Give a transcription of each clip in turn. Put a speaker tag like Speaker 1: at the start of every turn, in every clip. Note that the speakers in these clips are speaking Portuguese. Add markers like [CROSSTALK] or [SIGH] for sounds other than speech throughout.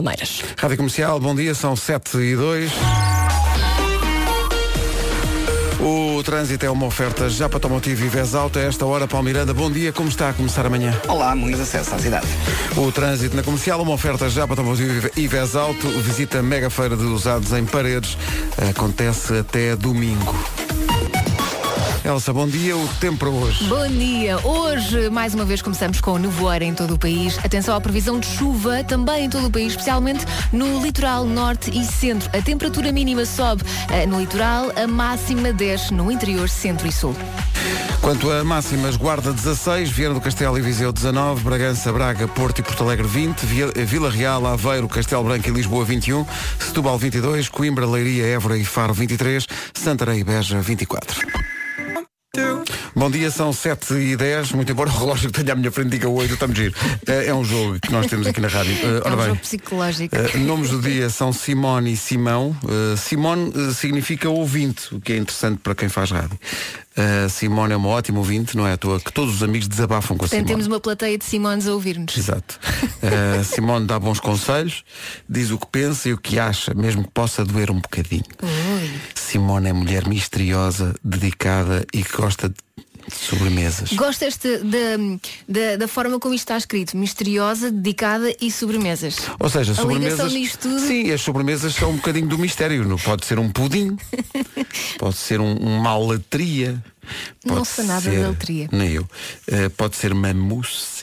Speaker 1: Palmeiras.
Speaker 2: Rádio Comercial, bom dia, são 7 e 2. O trânsito é uma oferta já para Tomotivo e Vez Alta. A esta hora, Paulo Miranda, bom dia, como está a começar amanhã?
Speaker 3: Olá, muitos acessos à cidade.
Speaker 2: O trânsito na comercial, uma oferta já para Tomotivo e Vez Alto. Visita a mega feira de usados em paredes. Acontece até domingo. Elsa, bom dia, o tempo para hoje.
Speaker 1: Bom dia. Hoje, mais uma vez, começamos com nevoeiro em todo o país. Atenção à previsão de chuva também em todo o país, especialmente no litoral norte e centro. A temperatura mínima sobe eh, no litoral, a máxima desce no interior, centro e sul.
Speaker 2: Quanto a máximas, Guarda 16, Vieira do Castelo e Viseu 19, Bragança, Braga, Porto e Porto Alegre 20, Vi- Vila Real, Aveiro, Castelo Branco e Lisboa 21, Setúbal 22, Coimbra, Leiria, Évora e Faro 23, Santarém e Beja 24. Bom dia, são 7 e 10, muito embora o relógio que tenha à minha frente diga 8, estamos giro. Eh, É um jogo que nós temos aqui na rádio. Eh,
Speaker 1: é
Speaker 2: Ora
Speaker 1: um
Speaker 2: bem,
Speaker 1: jogo psicológico.
Speaker 2: eh, nomes do dia são Simone e Simão. Eh, Simone eh, significa ouvinte, o que é interessante para quem faz rádio. Eh, Simone é uma ótima ouvinte, não é à toa que todos os amigos desabafam com a
Speaker 1: Portanto,
Speaker 2: Simone.
Speaker 1: temos uma plateia de Simões a ouvir-nos.
Speaker 2: Exato. Eh, Simone dá bons conselhos, diz o que pensa e o que acha, mesmo que possa doer um bocadinho. Simone é mulher misteriosa, dedicada e que gosta de de sobremesas.
Speaker 1: Gosto deste, da, da, da forma como isto está escrito. Misteriosa, dedicada e sobremesas.
Speaker 2: Ou seja,
Speaker 1: A ligação
Speaker 2: sobremesas.
Speaker 1: disto tudo.
Speaker 2: Sim, as sobremesas são um bocadinho do mistério. Não? Pode ser um
Speaker 1: [LAUGHS]
Speaker 2: pudim, pode ser um, uma latria.
Speaker 1: Não
Speaker 2: pode
Speaker 1: sou nada de
Speaker 2: ser-
Speaker 1: latria.
Speaker 2: Nem eu. Eh, pode ser uma
Speaker 1: [LAUGHS]
Speaker 2: mousse.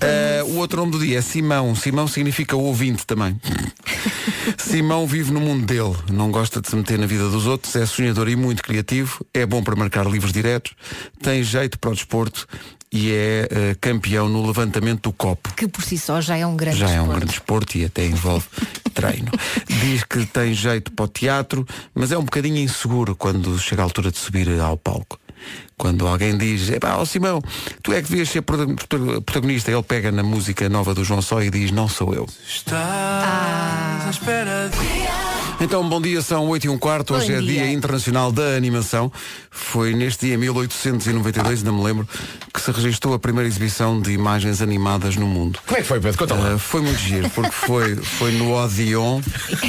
Speaker 2: Eh, o outro nome do dia é Simão. Simão significa ouvinte
Speaker 1: [LAUGHS]
Speaker 2: também. Simão vive no mundo dele, não gosta de se meter na vida dos outros, é sonhador e muito criativo, é bom para marcar livros diretos, tem jeito para o desporto e é eh, campeão no levantamento do copo.
Speaker 1: Que por si só já é um grande
Speaker 2: Já é um
Speaker 1: desporto.
Speaker 2: grande [LAUGHS] desporto e até
Speaker 1: [LAUGHS]
Speaker 2: envolve treino. Diz que tem jeito para o teatro, mas é um bocadinho inseguro quando chega a altura de subir ao palco. Quando alguém diz, epá, ó Simão, tu é que devias ser prota- prota- protagonista, ele pega na música nova do João Só e diz, não sou eu. Então, bom dia, são 8 e um quarto, hoje
Speaker 1: Bom
Speaker 2: é
Speaker 1: dia.
Speaker 2: Dia Internacional da Animação. Foi neste dia, 1892, ainda me lembro, que se registrou a primeira exibição de imagens animadas no mundo.
Speaker 4: Como é que foi, Pedro? Conta lá.
Speaker 2: Uh, foi muito giro, porque foi, foi no Odeon.
Speaker 4: Foi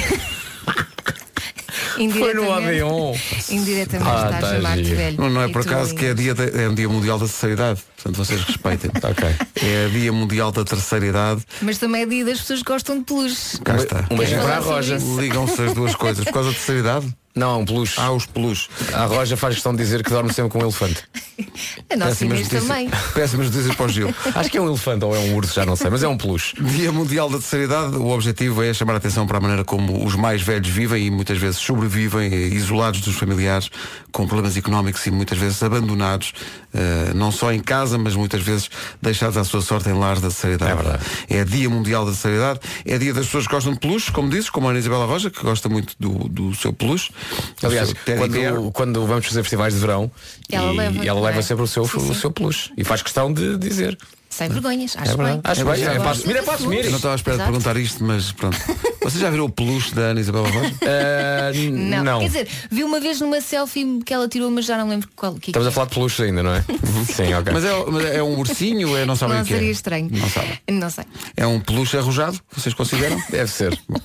Speaker 4: no
Speaker 1: Indiretamente-
Speaker 4: Odeon.
Speaker 1: Indiretamente
Speaker 4: Ah,
Speaker 1: está a
Speaker 4: tá
Speaker 1: chamar-te
Speaker 4: giro.
Speaker 1: velho.
Speaker 2: Não, não é
Speaker 1: E
Speaker 2: por
Speaker 1: tu
Speaker 2: acaso que é
Speaker 1: ainda.
Speaker 2: dia, da- é um dia mundial da terceira idade. Portanto, vocês respeitem.
Speaker 4: [LAUGHS] Ok.
Speaker 2: É dia mundial da terceira idade.
Speaker 1: Mas também é dia das pessoas que gostam de peluches.
Speaker 2: Cá está.
Speaker 4: Um beijo
Speaker 1: Queres
Speaker 4: para
Speaker 1: falar
Speaker 4: a
Speaker 1: sobre
Speaker 4: Roja.
Speaker 1: isso?
Speaker 2: Ligam-se as duas coisas. Por causa da terceira idade,
Speaker 4: Não, há um peluche.
Speaker 2: há os peluches.
Speaker 4: A Roja faz questão de dizer que dorme sempre com um elefante.
Speaker 1: A nossa Inês também.
Speaker 2: [LAUGHS] péssimas notícias para o Gil.
Speaker 4: Acho que é um elefante ou é um urso, já não sei, mas é um peluche.
Speaker 2: Dia Mundial da Terceira Idade, o objetivo é chamar a atenção para a maneira como os mais velhos vivem e muitas vezes sobrevivem, eh, isolados dos familiares, com problemas económicos e muitas vezes abandonados, eh, não só em casa, mas muitas vezes deixados à sua sorte em lares da terceira idade.
Speaker 4: É verdade.
Speaker 2: É Dia Mundial da Terceira Idade, é dia das pessoas que gostam de peluche, como dizes, como a Ana Isabela Roja, que gosta muito do, do seu peluche. do
Speaker 4: Aliás,
Speaker 2: seu teddy bear.
Speaker 4: quando, quando vamos fazer festivais de verão,
Speaker 1: Ela
Speaker 4: e,
Speaker 1: leva,
Speaker 4: e ela
Speaker 1: não é?
Speaker 4: leva sempre o seu,
Speaker 1: Sim, sim.
Speaker 4: o seu peluche. E faz questão de dizer.
Speaker 1: Sem vergonhas, acho
Speaker 4: É
Speaker 1: bem.
Speaker 4: verdade. Acho bem,
Speaker 2: é
Speaker 1: Eu
Speaker 2: para
Speaker 1: gosto
Speaker 4: assumir, é
Speaker 1: de
Speaker 4: para assumir.
Speaker 2: Eu
Speaker 1: peluches.
Speaker 2: não estava à espera
Speaker 1: Exato.
Speaker 2: de perguntar isto, mas pronto.
Speaker 1: [LAUGHS]
Speaker 2: Você já viram o peluche da Ana Isabela Roja?
Speaker 4: Ah, n-
Speaker 1: Não.
Speaker 4: não.
Speaker 1: Quer dizer, vi uma vez numa selfie que ela tirou, mas já não lembro qual. Que
Speaker 4: Estamos a falar de peluches
Speaker 1: [LAUGHS]
Speaker 4: ainda, não é? Sim, ok.
Speaker 2: Mas é, mas é um ursinho, é, não sabem
Speaker 1: não
Speaker 2: o que é.
Speaker 1: seria estranho.
Speaker 2: Não sabem.
Speaker 1: Não sei.
Speaker 2: É um peluche arrojado, vocês consideram?
Speaker 4: Deve ser.
Speaker 2: Bom,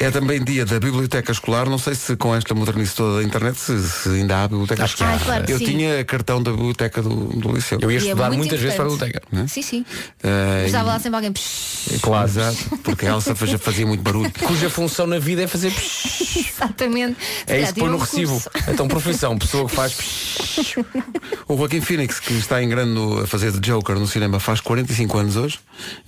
Speaker 2: é também dia da biblioteca escolar. Não sei se com esta modernice toda da internet se, se ainda há biblioteca
Speaker 4: Acho que
Speaker 2: escolar.
Speaker 1: há. Ah, claro que
Speaker 2: Eu
Speaker 1: sim.
Speaker 2: tinha cartão da biblioteca do, do liceu.
Speaker 4: Eu ia
Speaker 1: E é
Speaker 4: estudar
Speaker 1: muito
Speaker 4: muitas vezes para a
Speaker 1: importante.
Speaker 4: biblioteca. é?
Speaker 1: Sim, sim.
Speaker 2: Eh,
Speaker 1: Mas estava
Speaker 2: e-
Speaker 1: lá sempre alguém. Psh, [LAUGHS]
Speaker 4: Claro.
Speaker 2: Exato, porque a Elsa fazia, fazia muito barulho.
Speaker 4: Cuja função na vida
Speaker 1: [LAUGHS]
Speaker 4: é fazer. psh.
Speaker 1: Exatamente.
Speaker 4: É
Speaker 1: Já
Speaker 4: isso que
Speaker 1: tirou
Speaker 4: põe no
Speaker 1: um
Speaker 4: recibo.
Speaker 1: curso.
Speaker 4: Então, profissão, pessoa que faz. psh.
Speaker 2: O Joaquim Phoenix, que está em grande no- a fazer de Joker no cinema, faz 45 anos hoje.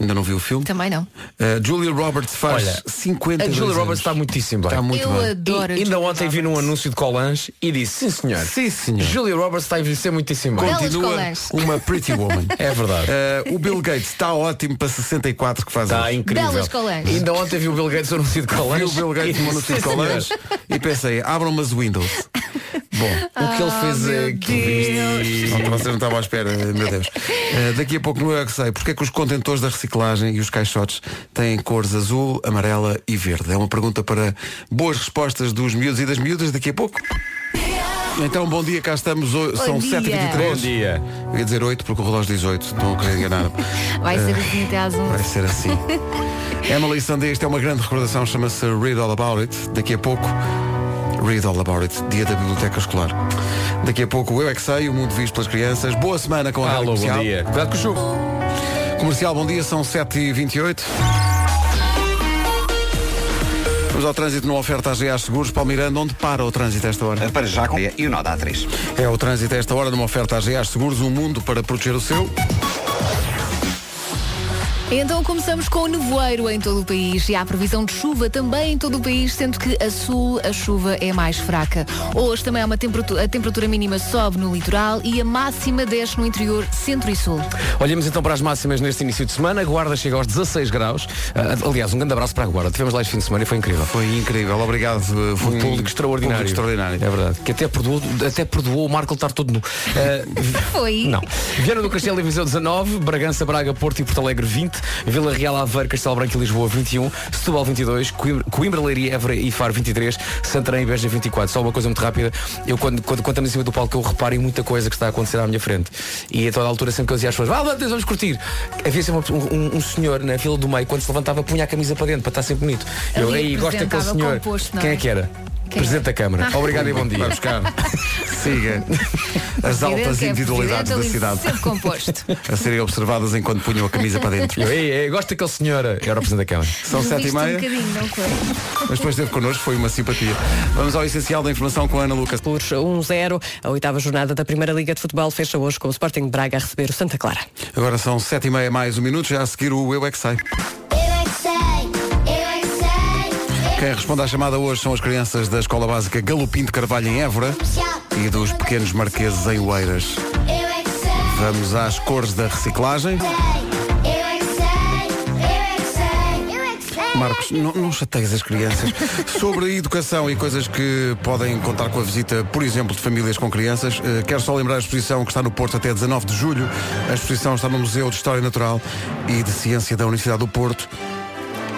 Speaker 2: Ainda não viu o filme.
Speaker 1: Também não.
Speaker 2: Eh, Julia Roberts faz
Speaker 4: Olha,
Speaker 2: 50
Speaker 4: A Julia Roberts
Speaker 2: anos.
Speaker 4: está muitíssimo bem.
Speaker 2: Está muito
Speaker 1: Eu
Speaker 2: bem.
Speaker 1: adoro.
Speaker 4: E-
Speaker 1: a Julia
Speaker 4: ainda ontem vi num
Speaker 1: Roberts.
Speaker 4: anúncio de Colange e disse, sim senhor.
Speaker 2: Sim, senhor.
Speaker 4: Julia Roberts está a envelhecer muitíssimo bem.
Speaker 1: Belas
Speaker 2: Continua
Speaker 1: colãs.
Speaker 2: uma pretty
Speaker 1: [LAUGHS]
Speaker 2: woman.
Speaker 4: É verdade.
Speaker 2: Eh, o Bill Gates está ótimo para 64 que faz
Speaker 4: Está
Speaker 2: hoje.
Speaker 4: incrível.
Speaker 1: Belas Colange.
Speaker 4: Ainda ontem vi o Bill Gates no anúncio de
Speaker 2: Vi
Speaker 4: Colange.
Speaker 2: o Bill Gates
Speaker 4: e
Speaker 2: no
Speaker 4: disse,
Speaker 2: anúncio de
Speaker 4: "Sim, senhor."
Speaker 2: colãs e pensei, abram umas
Speaker 4: [LAUGHS]
Speaker 2: Windows. Bom,
Speaker 4: O que ele fez
Speaker 1: meu
Speaker 4: é que
Speaker 2: não, vocês não estavam à espera, meu Deus. Eh, daqui a pouco não é que sei, porque é que os contentores da reciclagem e os caixotes têm cores azul, amarela e verde? É uma pergunta para boas respostas dos miúdos e das miúdas daqui a pouco. Então, bom dia, cá estamos, ho- são
Speaker 1: dia.
Speaker 2: 7h23.
Speaker 4: Bom dia.
Speaker 2: Eu ia dizer 8 porque o relógio diz 8, não queria enganar.
Speaker 4: É.
Speaker 1: Vai ser assim até às
Speaker 4: [LAUGHS]
Speaker 2: Vai
Speaker 1: 11.
Speaker 2: ser assim. Emily Sandé, isto é uma grande recordação, chama-se Read All About It. Daqui a pouco, Read All About It, dia da biblioteca escolar. Daqui a pouco, o Eu É Que Sei, o mundo visto pelas crianças. Boa semana com a Rádio
Speaker 4: Alô, bom
Speaker 2: Comercial.
Speaker 4: dia. Cuidado com o chuva.
Speaker 2: Comercial, bom dia, são 7h28. Vamos ao trânsito numa oferta à GA Seguros. Palmeirando, onde para o trânsito a esta hora?
Speaker 3: Eh, Para já com e o Noda A3.
Speaker 2: É o trânsito a esta hora numa oferta à GA Seguros, um mundo para proteger o seu.
Speaker 1: Então começamos com o nevoeiro em todo o país e há previsão de chuva também em todo o país, sendo que a sul a chuva é mais fraca. Hoje também há uma temperatura, a temperatura mínima sobe no litoral e a máxima desce no interior centro e sul.
Speaker 4: Olhemos então para as máximas neste início de semana. A Guarda chega aos 16 graus. Ah, aliás, um grande abraço para a Guarda. Tivemos lá este fim de semana e foi incrível.
Speaker 2: Foi incrível, obrigado. eh, Foi
Speaker 4: Um público extraordinário.
Speaker 2: público extraordinário.
Speaker 4: É verdade. Que até perdoou, até perdoou o Marco estar todo nu. Ah,
Speaker 1: Foi.
Speaker 4: Não. Viana do Castelo e Viseu 19, Bragança, Braga, Porto e Porto Alegre 20, Vila Real, Aveiro, Castelo Branco e Lisboa 21, Setúbal 22, Coimbra, Coimbra Leiria, Évora e Faro 23, Santarém e Beja 24. Só uma coisa muito rápida, eu quando, quando, quando estamos em cima do palco eu reparo em muita coisa que está a acontecer à minha frente. E a toda a altura sempre que eu dizia às pessoas, vá, levantem-se, vamos curtir. Havia sempre uma- um, um- um senhor na fila do meio, quando se levantava punha a camisa para dentro, para estar sempre bonito. Eu,
Speaker 1: Ali
Speaker 4: aí, gosto daquele
Speaker 1: apresentava
Speaker 4: senhor.
Speaker 1: composto, não
Speaker 4: Quem
Speaker 1: é?
Speaker 4: é que era?
Speaker 1: Quem é? Ah.
Speaker 4: Presidente da Câmara. Obrigado e bom dia.
Speaker 2: Vai
Speaker 4: [LAUGHS]
Speaker 2: buscar. Siga É. as altas
Speaker 1: Presidente é
Speaker 2: individualidades da
Speaker 1: presidente, ali
Speaker 2: cidade
Speaker 1: Sempre composto.
Speaker 2: a serem observadas enquanto punham a camisa para dentro.
Speaker 1: [LAUGHS]
Speaker 4: Eu, ei, ei, gosto daquele senhor. Era o Presidente da Câmara.
Speaker 2: [LAUGHS] São sete e
Speaker 1: Reviste Um
Speaker 2: meia,
Speaker 1: bocadinho, não foi?
Speaker 2: mas depois esteve connosco, foi uma simpatia. Vamos ao essencial da informação com a Ana Lucas.
Speaker 5: por 1-0. A oitava jornada da Primeira Liga de Futebol fecha hoje com o Sporting de Braga a receber o Santa Clara.
Speaker 2: Agora são sete e meia mais um minuto, já a seguir o Eu É Que Sei.
Speaker 6: é
Speaker 2: Quem responde à chamada hoje são as crianças da Escola Básica Galopim de Carvalho em Évora e dos Pequenos Marqueses em Oeiras.
Speaker 6: é
Speaker 2: Vamos às cores da reciclagem.
Speaker 6: é
Speaker 2: Marcos, não, não chateias as crianças. Sobre a educação e coisas que podem contar com a visita, por exemplo, de famílias com crianças, eh, quero só lembrar a exposição que está no Porto até 19 de julho. A exposição está no Museu de História Natural e de Ciência da Universidade do Porto.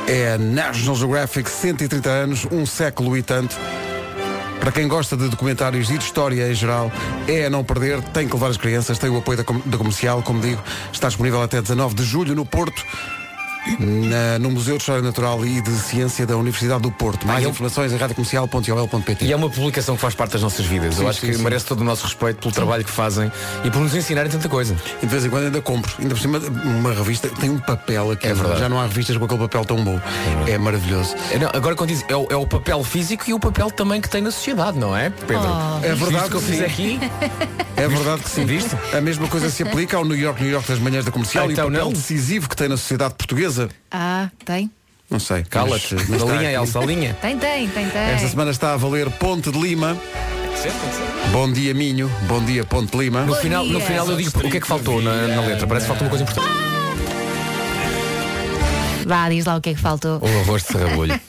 Speaker 2: É a National Geographic, 130 anos, um século e tanto. Para quem gosta de documentários e de história em geral, é a não perder, tem que levar as crianças, tem o apoio da, com- da comercial, como digo, está disponível até 19 de julho no Porto, na- no Museu de História Natural e de Ciência da Universidade do Porto. Mais
Speaker 4: eu-
Speaker 2: informações em radiocomercial.ol.pt.
Speaker 4: é um- E é uma publicação que faz parte das nossas vidas.
Speaker 2: Sim,
Speaker 4: Eu acho
Speaker 2: sim,
Speaker 4: que
Speaker 2: sim.
Speaker 4: merece todo o nosso respeito pelo trabalho que fazem e por nos ensinarem tanta coisa.
Speaker 2: E de vez em quando ainda compro. Ainda por cima, uma revista tem um papel aqui.
Speaker 4: É verdade.
Speaker 2: Já não há revistas com aquele papel tão bom. É maravilhoso.
Speaker 4: É, não, agora quando diz, é o, é o papel físico e o papel também que tem na sociedade, não é, Pedro?
Speaker 1: Oh.
Speaker 2: É verdade
Speaker 4: Viste o que eu
Speaker 2: que
Speaker 4: fiz
Speaker 2: sim.
Speaker 4: [LAUGHS] aqui.
Speaker 2: É verdade que sim.
Speaker 4: Viste?
Speaker 2: A mesma coisa se aplica ao New York, New York das manhãs da comercial
Speaker 4: Ah,
Speaker 2: e
Speaker 4: então
Speaker 2: o papel
Speaker 4: não?
Speaker 2: decisivo que tem na sociedade portuguesa.
Speaker 1: Ah, tem?
Speaker 2: Não sei. mas-
Speaker 4: Cala-te.
Speaker 2: mas
Speaker 4: Da
Speaker 2: está
Speaker 4: linha,
Speaker 2: aqui.
Speaker 4: Elsa, linha.
Speaker 1: Tem, tem, tem, tem.
Speaker 2: Esta semana está a valer Ponte de Lima. Bom dia, Minho. Bom dia, Ponte de Lima.
Speaker 4: No
Speaker 1: Bom
Speaker 4: final, no
Speaker 1: dia.
Speaker 4: final eu digo o que é que faltou na, na letra. Parece que falta uma coisa importante.
Speaker 1: Vá, diz lá o que é que faltou.
Speaker 4: [LAUGHS] O arroz de sarrabulho.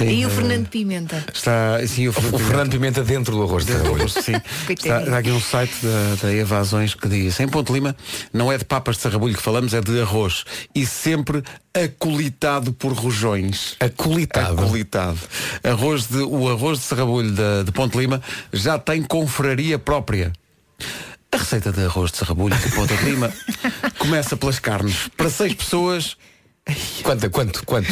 Speaker 2: Oh,
Speaker 1: e
Speaker 2: eh,
Speaker 1: o Fernando Pimenta.
Speaker 2: Está, sim, o
Speaker 4: O
Speaker 2: Fernando.
Speaker 4: Fernando Pimenta dentro do arroz de sarrabulho.
Speaker 2: Sim. Está,
Speaker 1: Coitadinho.
Speaker 2: está aqui um site da, da Evasões que diz Em Ponte de Lima não é de papas de sarrabulho que falamos É de arroz E sempre acolitado por rojões
Speaker 4: Acolitado.
Speaker 2: Acolitado arroz de, O arroz de sarrabulho da- de Ponte de Lima Já tem confraria própria A receita de arroz de sarrabulho de Ponte de Lima Começa pelas carnes Para seis pessoas
Speaker 4: Quanto, quanto, quanto?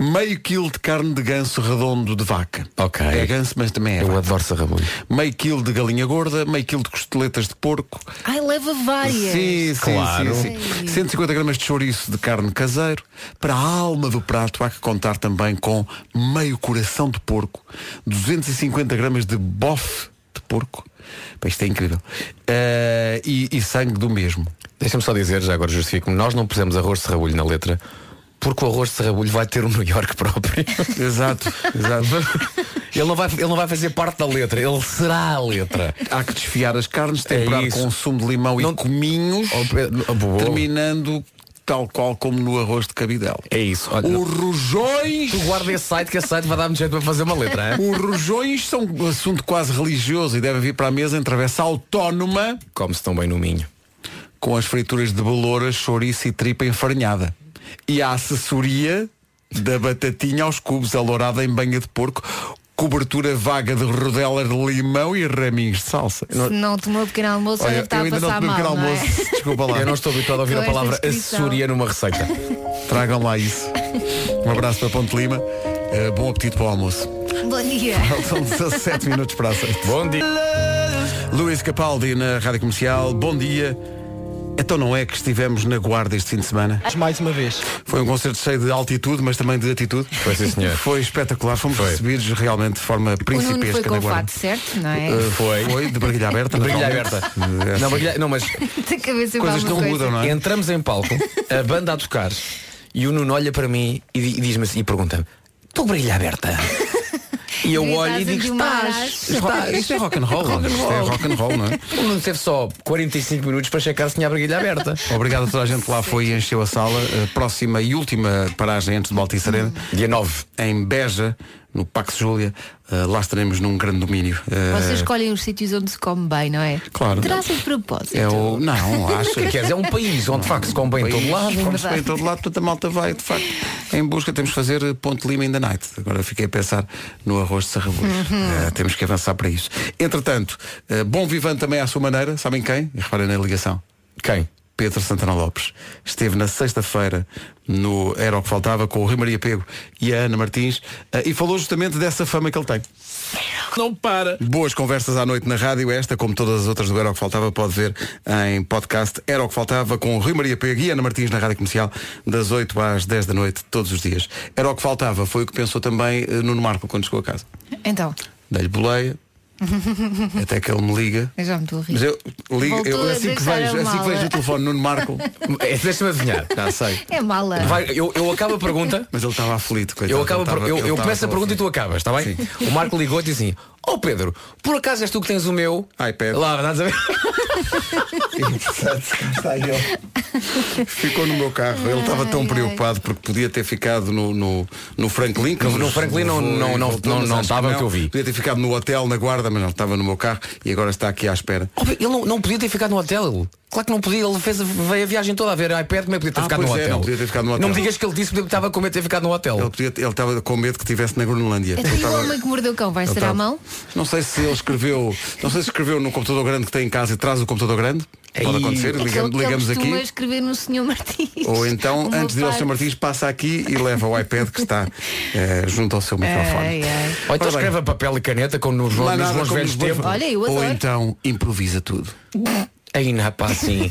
Speaker 2: Meio quilo de carne de ganso redondo de vaca.
Speaker 4: Ok.
Speaker 2: É ganso, mas também é.
Speaker 4: Eu
Speaker 2: vaca.
Speaker 4: adoro sarrabulho.
Speaker 2: Meio quilo de galinha gorda, meio quilo de costeletas de porco.
Speaker 1: Ai, é. leva várias.
Speaker 2: Sim, sim,
Speaker 4: Claro.
Speaker 2: sim, sim. 150 gramas de chouriço de carne caseiro. Para a alma do prato há que contar também com meio coração de porco, 250 gramas de bofe de porco. Pá, isto é incrível. Eh, e, e sangue do mesmo.
Speaker 4: Deixa-me só dizer, já agora justifico-me, nós não pusemos arroz de sarrabulho na letra, porque o arroz de sarrabulho vai ter um New York próprio.
Speaker 3: [LAUGHS]
Speaker 2: Exato, [LAUGHS] exato.
Speaker 4: ele, não vai, ele não vai fazer parte da letra, ele será a letra.
Speaker 2: Há que desfiar as carnes, temperar
Speaker 4: É isso.
Speaker 2: com sumo de limão
Speaker 4: Não-
Speaker 2: e cominhos.
Speaker 4: Oh, Pedro, oh, boa.
Speaker 2: terminando tal qual como no arroz de cabidela.
Speaker 4: É isso, olha.
Speaker 2: Os rojões,
Speaker 4: Tu guarda esse site, que esse site vai dar-me jeito para fazer uma letra, é?
Speaker 2: os rojões são um assunto quase religioso e devem vir para a mesa em travessa autónoma
Speaker 4: Come-se tão bem no Minho.
Speaker 2: com as frituras de beloura, chouriço e tripa enfarinhada. E a assessoria da batatinha aos cubos alourada em banha de porco, cobertura vaga de rodela de limão e raminhos de salsa.
Speaker 1: Se não tomou pequeno almoço, olha,
Speaker 2: Olha,
Speaker 1: está tá a passar
Speaker 2: tomei
Speaker 1: mal.
Speaker 2: pequeno
Speaker 1: não é?
Speaker 2: almoço, desculpa lá.
Speaker 4: Eu não estou habituado a ouvir
Speaker 1: Com
Speaker 4: a
Speaker 1: esta
Speaker 4: palavra
Speaker 1: descrição.
Speaker 4: assessoria numa receita.
Speaker 2: Tragam lá isso. Um abraço para Ponte Lima. Eh, bom apetite para o almoço.
Speaker 1: [LAUGHS] Bom dia.
Speaker 2: [LAUGHS]
Speaker 4: [LAUGHS]
Speaker 2: Faltam 17 minutos para as 8.
Speaker 4: Bom dia.
Speaker 2: Luís Capaldi na Rádio Comercial. Bom dia. Então não é que estivemos na guarda este fim de semana?
Speaker 3: Mais uma vez.
Speaker 2: Foi um concerto cheio de altitude, mas também de atitude.
Speaker 4: Foi, sim, senhor.
Speaker 2: Foi espetacular. Fomos
Speaker 4: Foi.
Speaker 2: recebidos realmente de forma
Speaker 1: O Nuno
Speaker 2: principesca
Speaker 1: foi com
Speaker 2: na
Speaker 1: o
Speaker 2: guarda.
Speaker 1: fato certo, não é? [LAUGHS]
Speaker 2: Eh, foi. Foi, de barriga aberta.
Speaker 4: Brilha
Speaker 2: naturalmente.
Speaker 4: aberta.
Speaker 2: Eh, assim,
Speaker 4: Não, brilha, não, mas
Speaker 1: De cabeça para
Speaker 2: Coisas
Speaker 1: alguma
Speaker 2: não
Speaker 1: coisa.
Speaker 2: mudam, não é?
Speaker 4: entramos em palco, a banda a tocar, e o Nuno olha para mim e di- e diz-me assim- e pergunta-me, estou brilha aberta. E eu
Speaker 1: Gritas
Speaker 4: olho e digo,
Speaker 1: de uma
Speaker 4: estás,
Speaker 1: arás."
Speaker 4: estás.
Speaker 2: Isto é rock and roll. Isto é rock and roll, não é?
Speaker 4: O Nuno teve só 45 minutos para checar se tinha a briguilha aberta.
Speaker 2: Obrigado a toda a gente que lá foi e encheu a sala. A próxima e última paragem antes de Baltisarena,
Speaker 4: Dia 9.
Speaker 2: em Beja, no Pax Júlia. Eh, lá estaremos num grande domínio. Eh,
Speaker 1: Vocês escolhem os sítios onde se come bem, não é?
Speaker 2: Claro.
Speaker 1: Terá sido de propósito.
Speaker 2: é o... Não, acho
Speaker 4: Que queres? É um país onde de facto se compõe em todo lado.
Speaker 2: Fomos
Speaker 1: verdade.
Speaker 2: para em todo lado, portanto a malta vai, de facto, em busca. Temos que fazer eh, Ponte Lima in the night. Agora fiquei a pensar no arroz de sarrabulhos. Eh, temos que avançar para isso. Entretanto, eh, bom vivante também à sua maneira, sabem quem? Reparem na ligação.
Speaker 4: Quem?
Speaker 2: Pedro Santana Lopes esteve na sexta-feira no Era o que Faltava com o Rui Maria Pego e a Ana Martins eh, e falou justamente dessa fama que ele tem.
Speaker 4: Não para.
Speaker 2: Boas conversas à noite na rádio. Esta, como todas as outras do Era o que Faltava, pode ver em podcast Era o que Faltava com o Rui Maria Pego e Ana Martins na Rádio Comercial, das 8 às 10 da noite, todos os dias. Era o que Faltava, foi o que pensou também eh, Nuno Marco quando chegou a casa.
Speaker 1: Então,
Speaker 2: Dei-lhe
Speaker 1: [LAUGHS]
Speaker 2: boleia, até que ele me liga.
Speaker 1: eu já me estou a rir.
Speaker 2: Mas eu ligo,
Speaker 1: Voltou
Speaker 2: eu,
Speaker 1: a
Speaker 2: assim, que
Speaker 1: deixar a
Speaker 2: vejo, assim que
Speaker 1: mala.
Speaker 2: vejo o telefone Nuno
Speaker 1: [LAUGHS]
Speaker 2: Marco,
Speaker 4: É, Deixa-me adivinhar.
Speaker 2: já sei.
Speaker 1: É mala.
Speaker 4: Vai, eu, eu acabo a pergunta.
Speaker 2: Mas ele estava aflito, coitado.
Speaker 4: Eu, acabo a
Speaker 2: Ele
Speaker 4: per-
Speaker 2: estava-
Speaker 4: eu,
Speaker 2: ele
Speaker 4: eu
Speaker 2: estava
Speaker 4: começo a
Speaker 2: tão
Speaker 4: pergunta e tu
Speaker 2: aflito.
Speaker 4: acabas, está bem? O Marco ligou e disse assim, ó Pedro, por acaso és tu que tens o meu
Speaker 2: iPad.
Speaker 4: Lá, estás a ver?
Speaker 2: Está ele. Ficou no meu carro. Ele estava tão
Speaker 1: Ai, ai.
Speaker 2: preocupado porque podia ter ficado no, no, no Franklin. que
Speaker 4: No- no
Speaker 2: nos
Speaker 4: Franklin não-
Speaker 2: levou e
Speaker 4: não- não-
Speaker 2: voltou,
Speaker 4: não-
Speaker 2: mas
Speaker 4: não
Speaker 2: acho
Speaker 4: estava,
Speaker 2: não.
Speaker 4: que eu vi.
Speaker 2: Podia ter ficado no hotel, na guarda, mas não estava no meu carro e agora está aqui à espera.
Speaker 4: Ó, Ele não, não podia ter ficado no hotel. Claro que não podia, ele fez, a- veio a viagem toda a ver iPad, como é que podia ter,
Speaker 2: Ah,
Speaker 4: ficado,
Speaker 2: pois
Speaker 4: no
Speaker 2: é,
Speaker 4: hotel?
Speaker 2: não podia ter ficado no
Speaker 4: Não
Speaker 2: hotel.
Speaker 4: me digas que ele disse que estava com medo de ter ficado no hotel.
Speaker 2: Ele, podia- ele estava com medo que estivesse na Groenlândia.
Speaker 1: Então,
Speaker 2: Ele
Speaker 1: e o
Speaker 2: estava-
Speaker 1: homem que mordeu o cão
Speaker 2: Então
Speaker 1: vai
Speaker 2: tá.
Speaker 1: ser à mão?
Speaker 2: Não sei se ele escreveu, não sei se escreveu no computador grande que tem em casa e traz o computador grande. Pode
Speaker 4: Ei.
Speaker 2: acontecer,
Speaker 1: Aquele
Speaker 2: ligamos,
Speaker 1: que ele
Speaker 2: ligamos aqui.
Speaker 1: costuma escrever no Senhor Martins.
Speaker 2: Ou então,
Speaker 1: O meu
Speaker 2: antes de ir ao
Speaker 1: pai.
Speaker 2: Sr. Martins, passa aqui e leva o iPad que está eh, junto ao seu microfone.
Speaker 1: Ai,
Speaker 2: [LAUGHS]
Speaker 1: ai.
Speaker 4: Ou então
Speaker 2: Ora bem.
Speaker 4: escreve a papel e caneta como nos,
Speaker 2: Lá
Speaker 4: bons- nos
Speaker 2: nada
Speaker 4: bons
Speaker 2: como
Speaker 4: velhos
Speaker 2: nos bons-
Speaker 4: tempos.
Speaker 1: Olha, eu
Speaker 2: Ou
Speaker 1: adoro.
Speaker 2: então improvisa tudo.
Speaker 4: Aí não, pá,
Speaker 2: [LAUGHS]
Speaker 4: sim.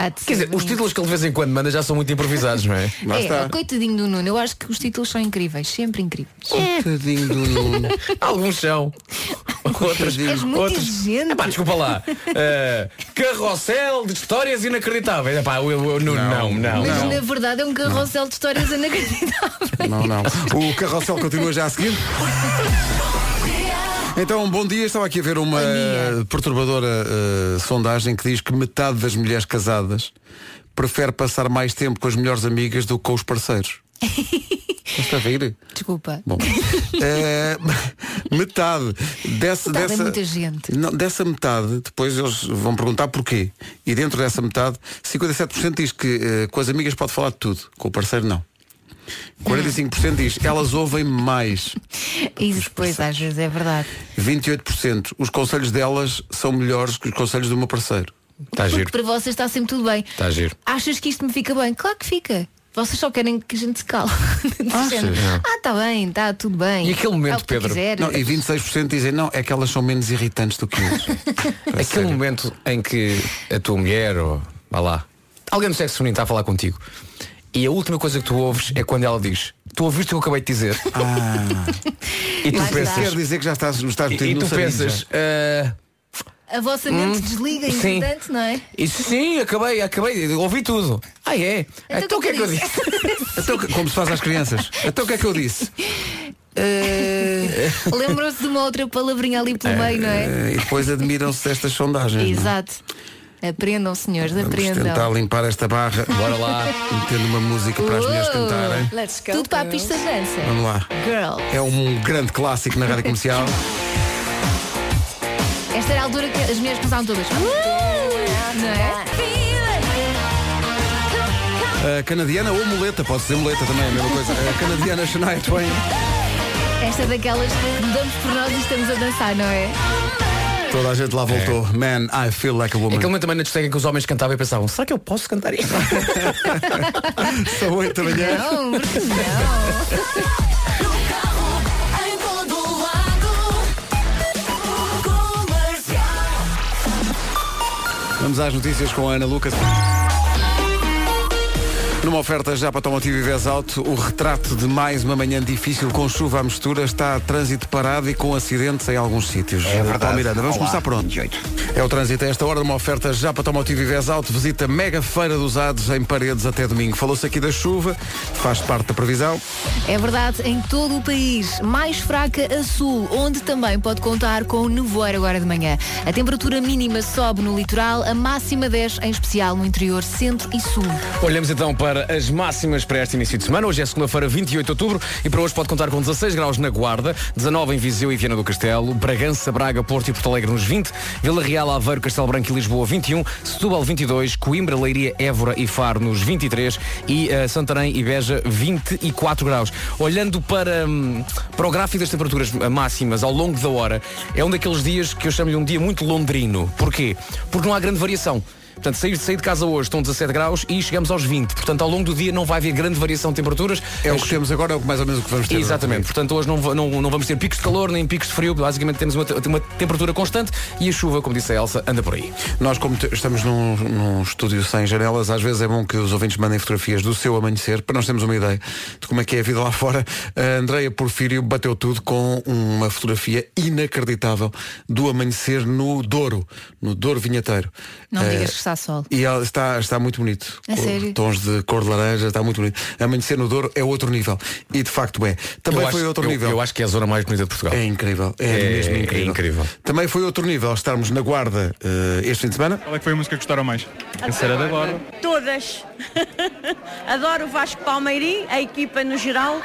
Speaker 1: Há de ser
Speaker 4: Quer dizer, os
Speaker 1: bonito.
Speaker 4: títulos que ele de vez em quando manda já são muito improvisados, não
Speaker 2: [LAUGHS]
Speaker 4: é?
Speaker 2: Lá
Speaker 1: é,
Speaker 2: está.
Speaker 1: coitadinho do Nuno, eu acho que os títulos são incríveis, sempre incríveis.
Speaker 2: Oh, Coitadinho do Nuno.
Speaker 4: Alguns são. Outros,
Speaker 1: És muito exigente.
Speaker 4: Epá, desculpa lá. Eh, carrossel de histórias inacreditáveis. Epá, eu, eu- não, não, não.
Speaker 1: Mas
Speaker 4: não.
Speaker 1: na verdade é um carrossel
Speaker 2: [LAUGHS]
Speaker 1: de histórias inacreditáveis.
Speaker 2: Não, não. O carrossel continua já a seguir. Então, bom dia. Estava aqui a ver uma perturbadora eh, sondagem que diz que metade das mulheres casadas prefere passar mais tempo com as melhores amigas do que com os
Speaker 1: [LAUGHS]
Speaker 2: parceiros. Estás a ver?
Speaker 1: Desculpa. [LAUGHS]
Speaker 2: Bom, eh, [LAUGHS] metade dessa,
Speaker 1: Metade é
Speaker 2: dessa,
Speaker 1: muita gente.
Speaker 2: Não, dessa metade, depois eles vão perguntar porquê. E dentro dessa metade, 57% diz que eh, com as amigas pode falar de tudo, com o parceiro não. 45% diz elas ouvem mais.
Speaker 1: Isso depois às vezes é verdade.
Speaker 2: 28% os conselhos delas são melhores que os conselhos do meu parceiro.
Speaker 1: Porque
Speaker 4: Está Tá giro.
Speaker 1: para vocês está sempre tudo bem.
Speaker 4: Está giro.
Speaker 1: Achas que isto me fica bem? Claro que fica. Vocês só querem que a gente se cale. [LAUGHS] Do género,
Speaker 4: Não.
Speaker 1: ah, está bem, está tudo bem.
Speaker 4: E aquele momento,
Speaker 1: Ah, o que tu
Speaker 4: Pedro?
Speaker 1: quiseres.
Speaker 2: Não, e 26% dizem não, é que elas são menos irritantes do
Speaker 1: [LAUGHS]
Speaker 2: que eles.
Speaker 4: Aquele momento em que a tua mulher ou vá lá, alguém do sexo feminino está a falar contigo e a última coisa que tu ouves é quando ela diz tu ouviste o que eu acabei de dizer e tu
Speaker 1: Lá
Speaker 4: pensas
Speaker 2: Quer dizer que já estás, estás
Speaker 4: e,
Speaker 2: metido
Speaker 4: e
Speaker 2: no
Speaker 4: tu
Speaker 2: sarilho
Speaker 4: pensas
Speaker 2: já.
Speaker 4: "Ah,
Speaker 1: A vossa mente desliga,
Speaker 4: sim.
Speaker 1: entretanto, não é?
Speaker 4: isso sim acabei acabei ouvi tudo ah é então, o que é que eu disse
Speaker 2: Então, como se faz às crianças. Então o que é que eu disse?
Speaker 1: Lembrou-se de uma outra palavrinha ali pelo meio, não é?
Speaker 2: Eh, E depois admiram-se destas sondagens. não é?
Speaker 1: Exato. Aprendam, senhores,
Speaker 2: Vamos tentar
Speaker 1: aprendam.
Speaker 2: limpar esta barra.
Speaker 4: bora lá
Speaker 2: Metendo uma música para as mulheres
Speaker 1: Oh,
Speaker 2: cantarem.
Speaker 5: Let's go,
Speaker 1: Tudo para a
Speaker 5: girls.
Speaker 1: pista de dança.
Speaker 2: Vamos lá.
Speaker 1: Girl.
Speaker 2: É um grande clássico na rádio
Speaker 1: [LAUGHS]
Speaker 2: comercial.
Speaker 1: Esta era a altura que as minhas começavam todas. Uh! Não é?
Speaker 2: A Eh, canadiana ou muleta, posso dizer muleta também, é a mesma coisa. A canadiana Shania Twain.
Speaker 1: Esta é daquelas que damos por nós e estamos a dançar, não é?
Speaker 2: Toda a gente lá voltou. Man, I feel like a woman.
Speaker 4: Aquele momento também na discoteca É. que os homens cantavam e pensavam, será que eu posso cantar isto?
Speaker 2: São 8 da manhã.
Speaker 1: Não, porque não.
Speaker 2: Vamos às notícias com a Ana Lucas. Numa oferta já para Tomotivo e Vez Alto, o retrato de mais uma manhã difícil com chuva à mistura está a trânsito parado e com acidentes em alguns sítios. É
Speaker 3: verdade.
Speaker 2: Miranda, vamos
Speaker 3: Olá.
Speaker 2: começar por onde? É o trânsito a esta hora, numa oferta já para Tomotivo e Vez Alto, visita mega feira dos usados em paredes até domingo. Falou-se aqui da chuva, faz parte da previsão.
Speaker 1: É verdade, em todo o país, mais fraca a sul, onde também pode contar com o nevoeiro agora de manhã. A temperatura mínima sobe no litoral, a máxima 10, em especial no interior centro e sul.
Speaker 4: Olhamos então para as máximas para este início de semana. Hoje é segunda-feira, 28 de outubro, e para hoje pode contar com 16 graus na Guarda, 19 em Viseu e Viana do Castelo, Bragança, Braga, Porto e Porto Alegre nos 20, Vila Real, Aveiro, Castelo Branco e Lisboa 21, Setúbal 22, Coimbra, Leiria, Évora e Faro nos 23 e eh, Santarém e Beja 24 graus. Olhando para, hum, para o gráfico das temperaturas eh, máximas ao longo da hora, é um daqueles dias que eu chamo de um dia muito londrino. Porquê? Porque não há grande variação. Portanto, sair, sair de casa hoje estão 17 graus e chegamos aos 20. Portanto, ao longo do dia não vai haver grande variação de temperaturas.
Speaker 2: É o
Speaker 4: As-
Speaker 2: que temos agora, é o que mais ou menos o que vamos ter.
Speaker 4: Exatamente. Portanto, hoje não, va- não, não vamos ter picos de calor nem picos de frio. Basicamente temos uma, te- uma temperatura constante e a chuva, como disse a Elsa, anda por aí.
Speaker 2: Nós, como te- estamos num, num estúdio sem janelas, às vezes é bom que os ouvintes mandem fotografias do seu amanhecer, para nós termos uma ideia de como é que é a vida lá fora. A Andreia Porfírio bateu tudo com uma fotografia inacreditável do amanhecer no Douro, no Douro Vinheteiro.
Speaker 1: Não
Speaker 2: Eh,
Speaker 1: digas que está sol.
Speaker 2: E ela está, está muito bonito.
Speaker 1: A
Speaker 2: Com
Speaker 1: sério?
Speaker 2: Tons de cor de laranja, está muito bonito. Amanhecer no Douro é outro nível. E de facto é. Também
Speaker 4: Eu
Speaker 2: foi
Speaker 4: acho-
Speaker 2: outro
Speaker 4: eu-
Speaker 2: nível.
Speaker 4: Eu acho que é a zona mais bonita de Portugal.
Speaker 2: É incrível, é,
Speaker 4: É-
Speaker 2: mesmo
Speaker 4: é
Speaker 2: incrível.
Speaker 4: incrível.
Speaker 2: Também foi outro nível estarmos na guarda eh, este fim de semana.
Speaker 7: Qual é que foi a música que gostaram mais? Terceira da agora.
Speaker 8: Todas. Adoro o Vasco Palmeirim, a equipa no geral.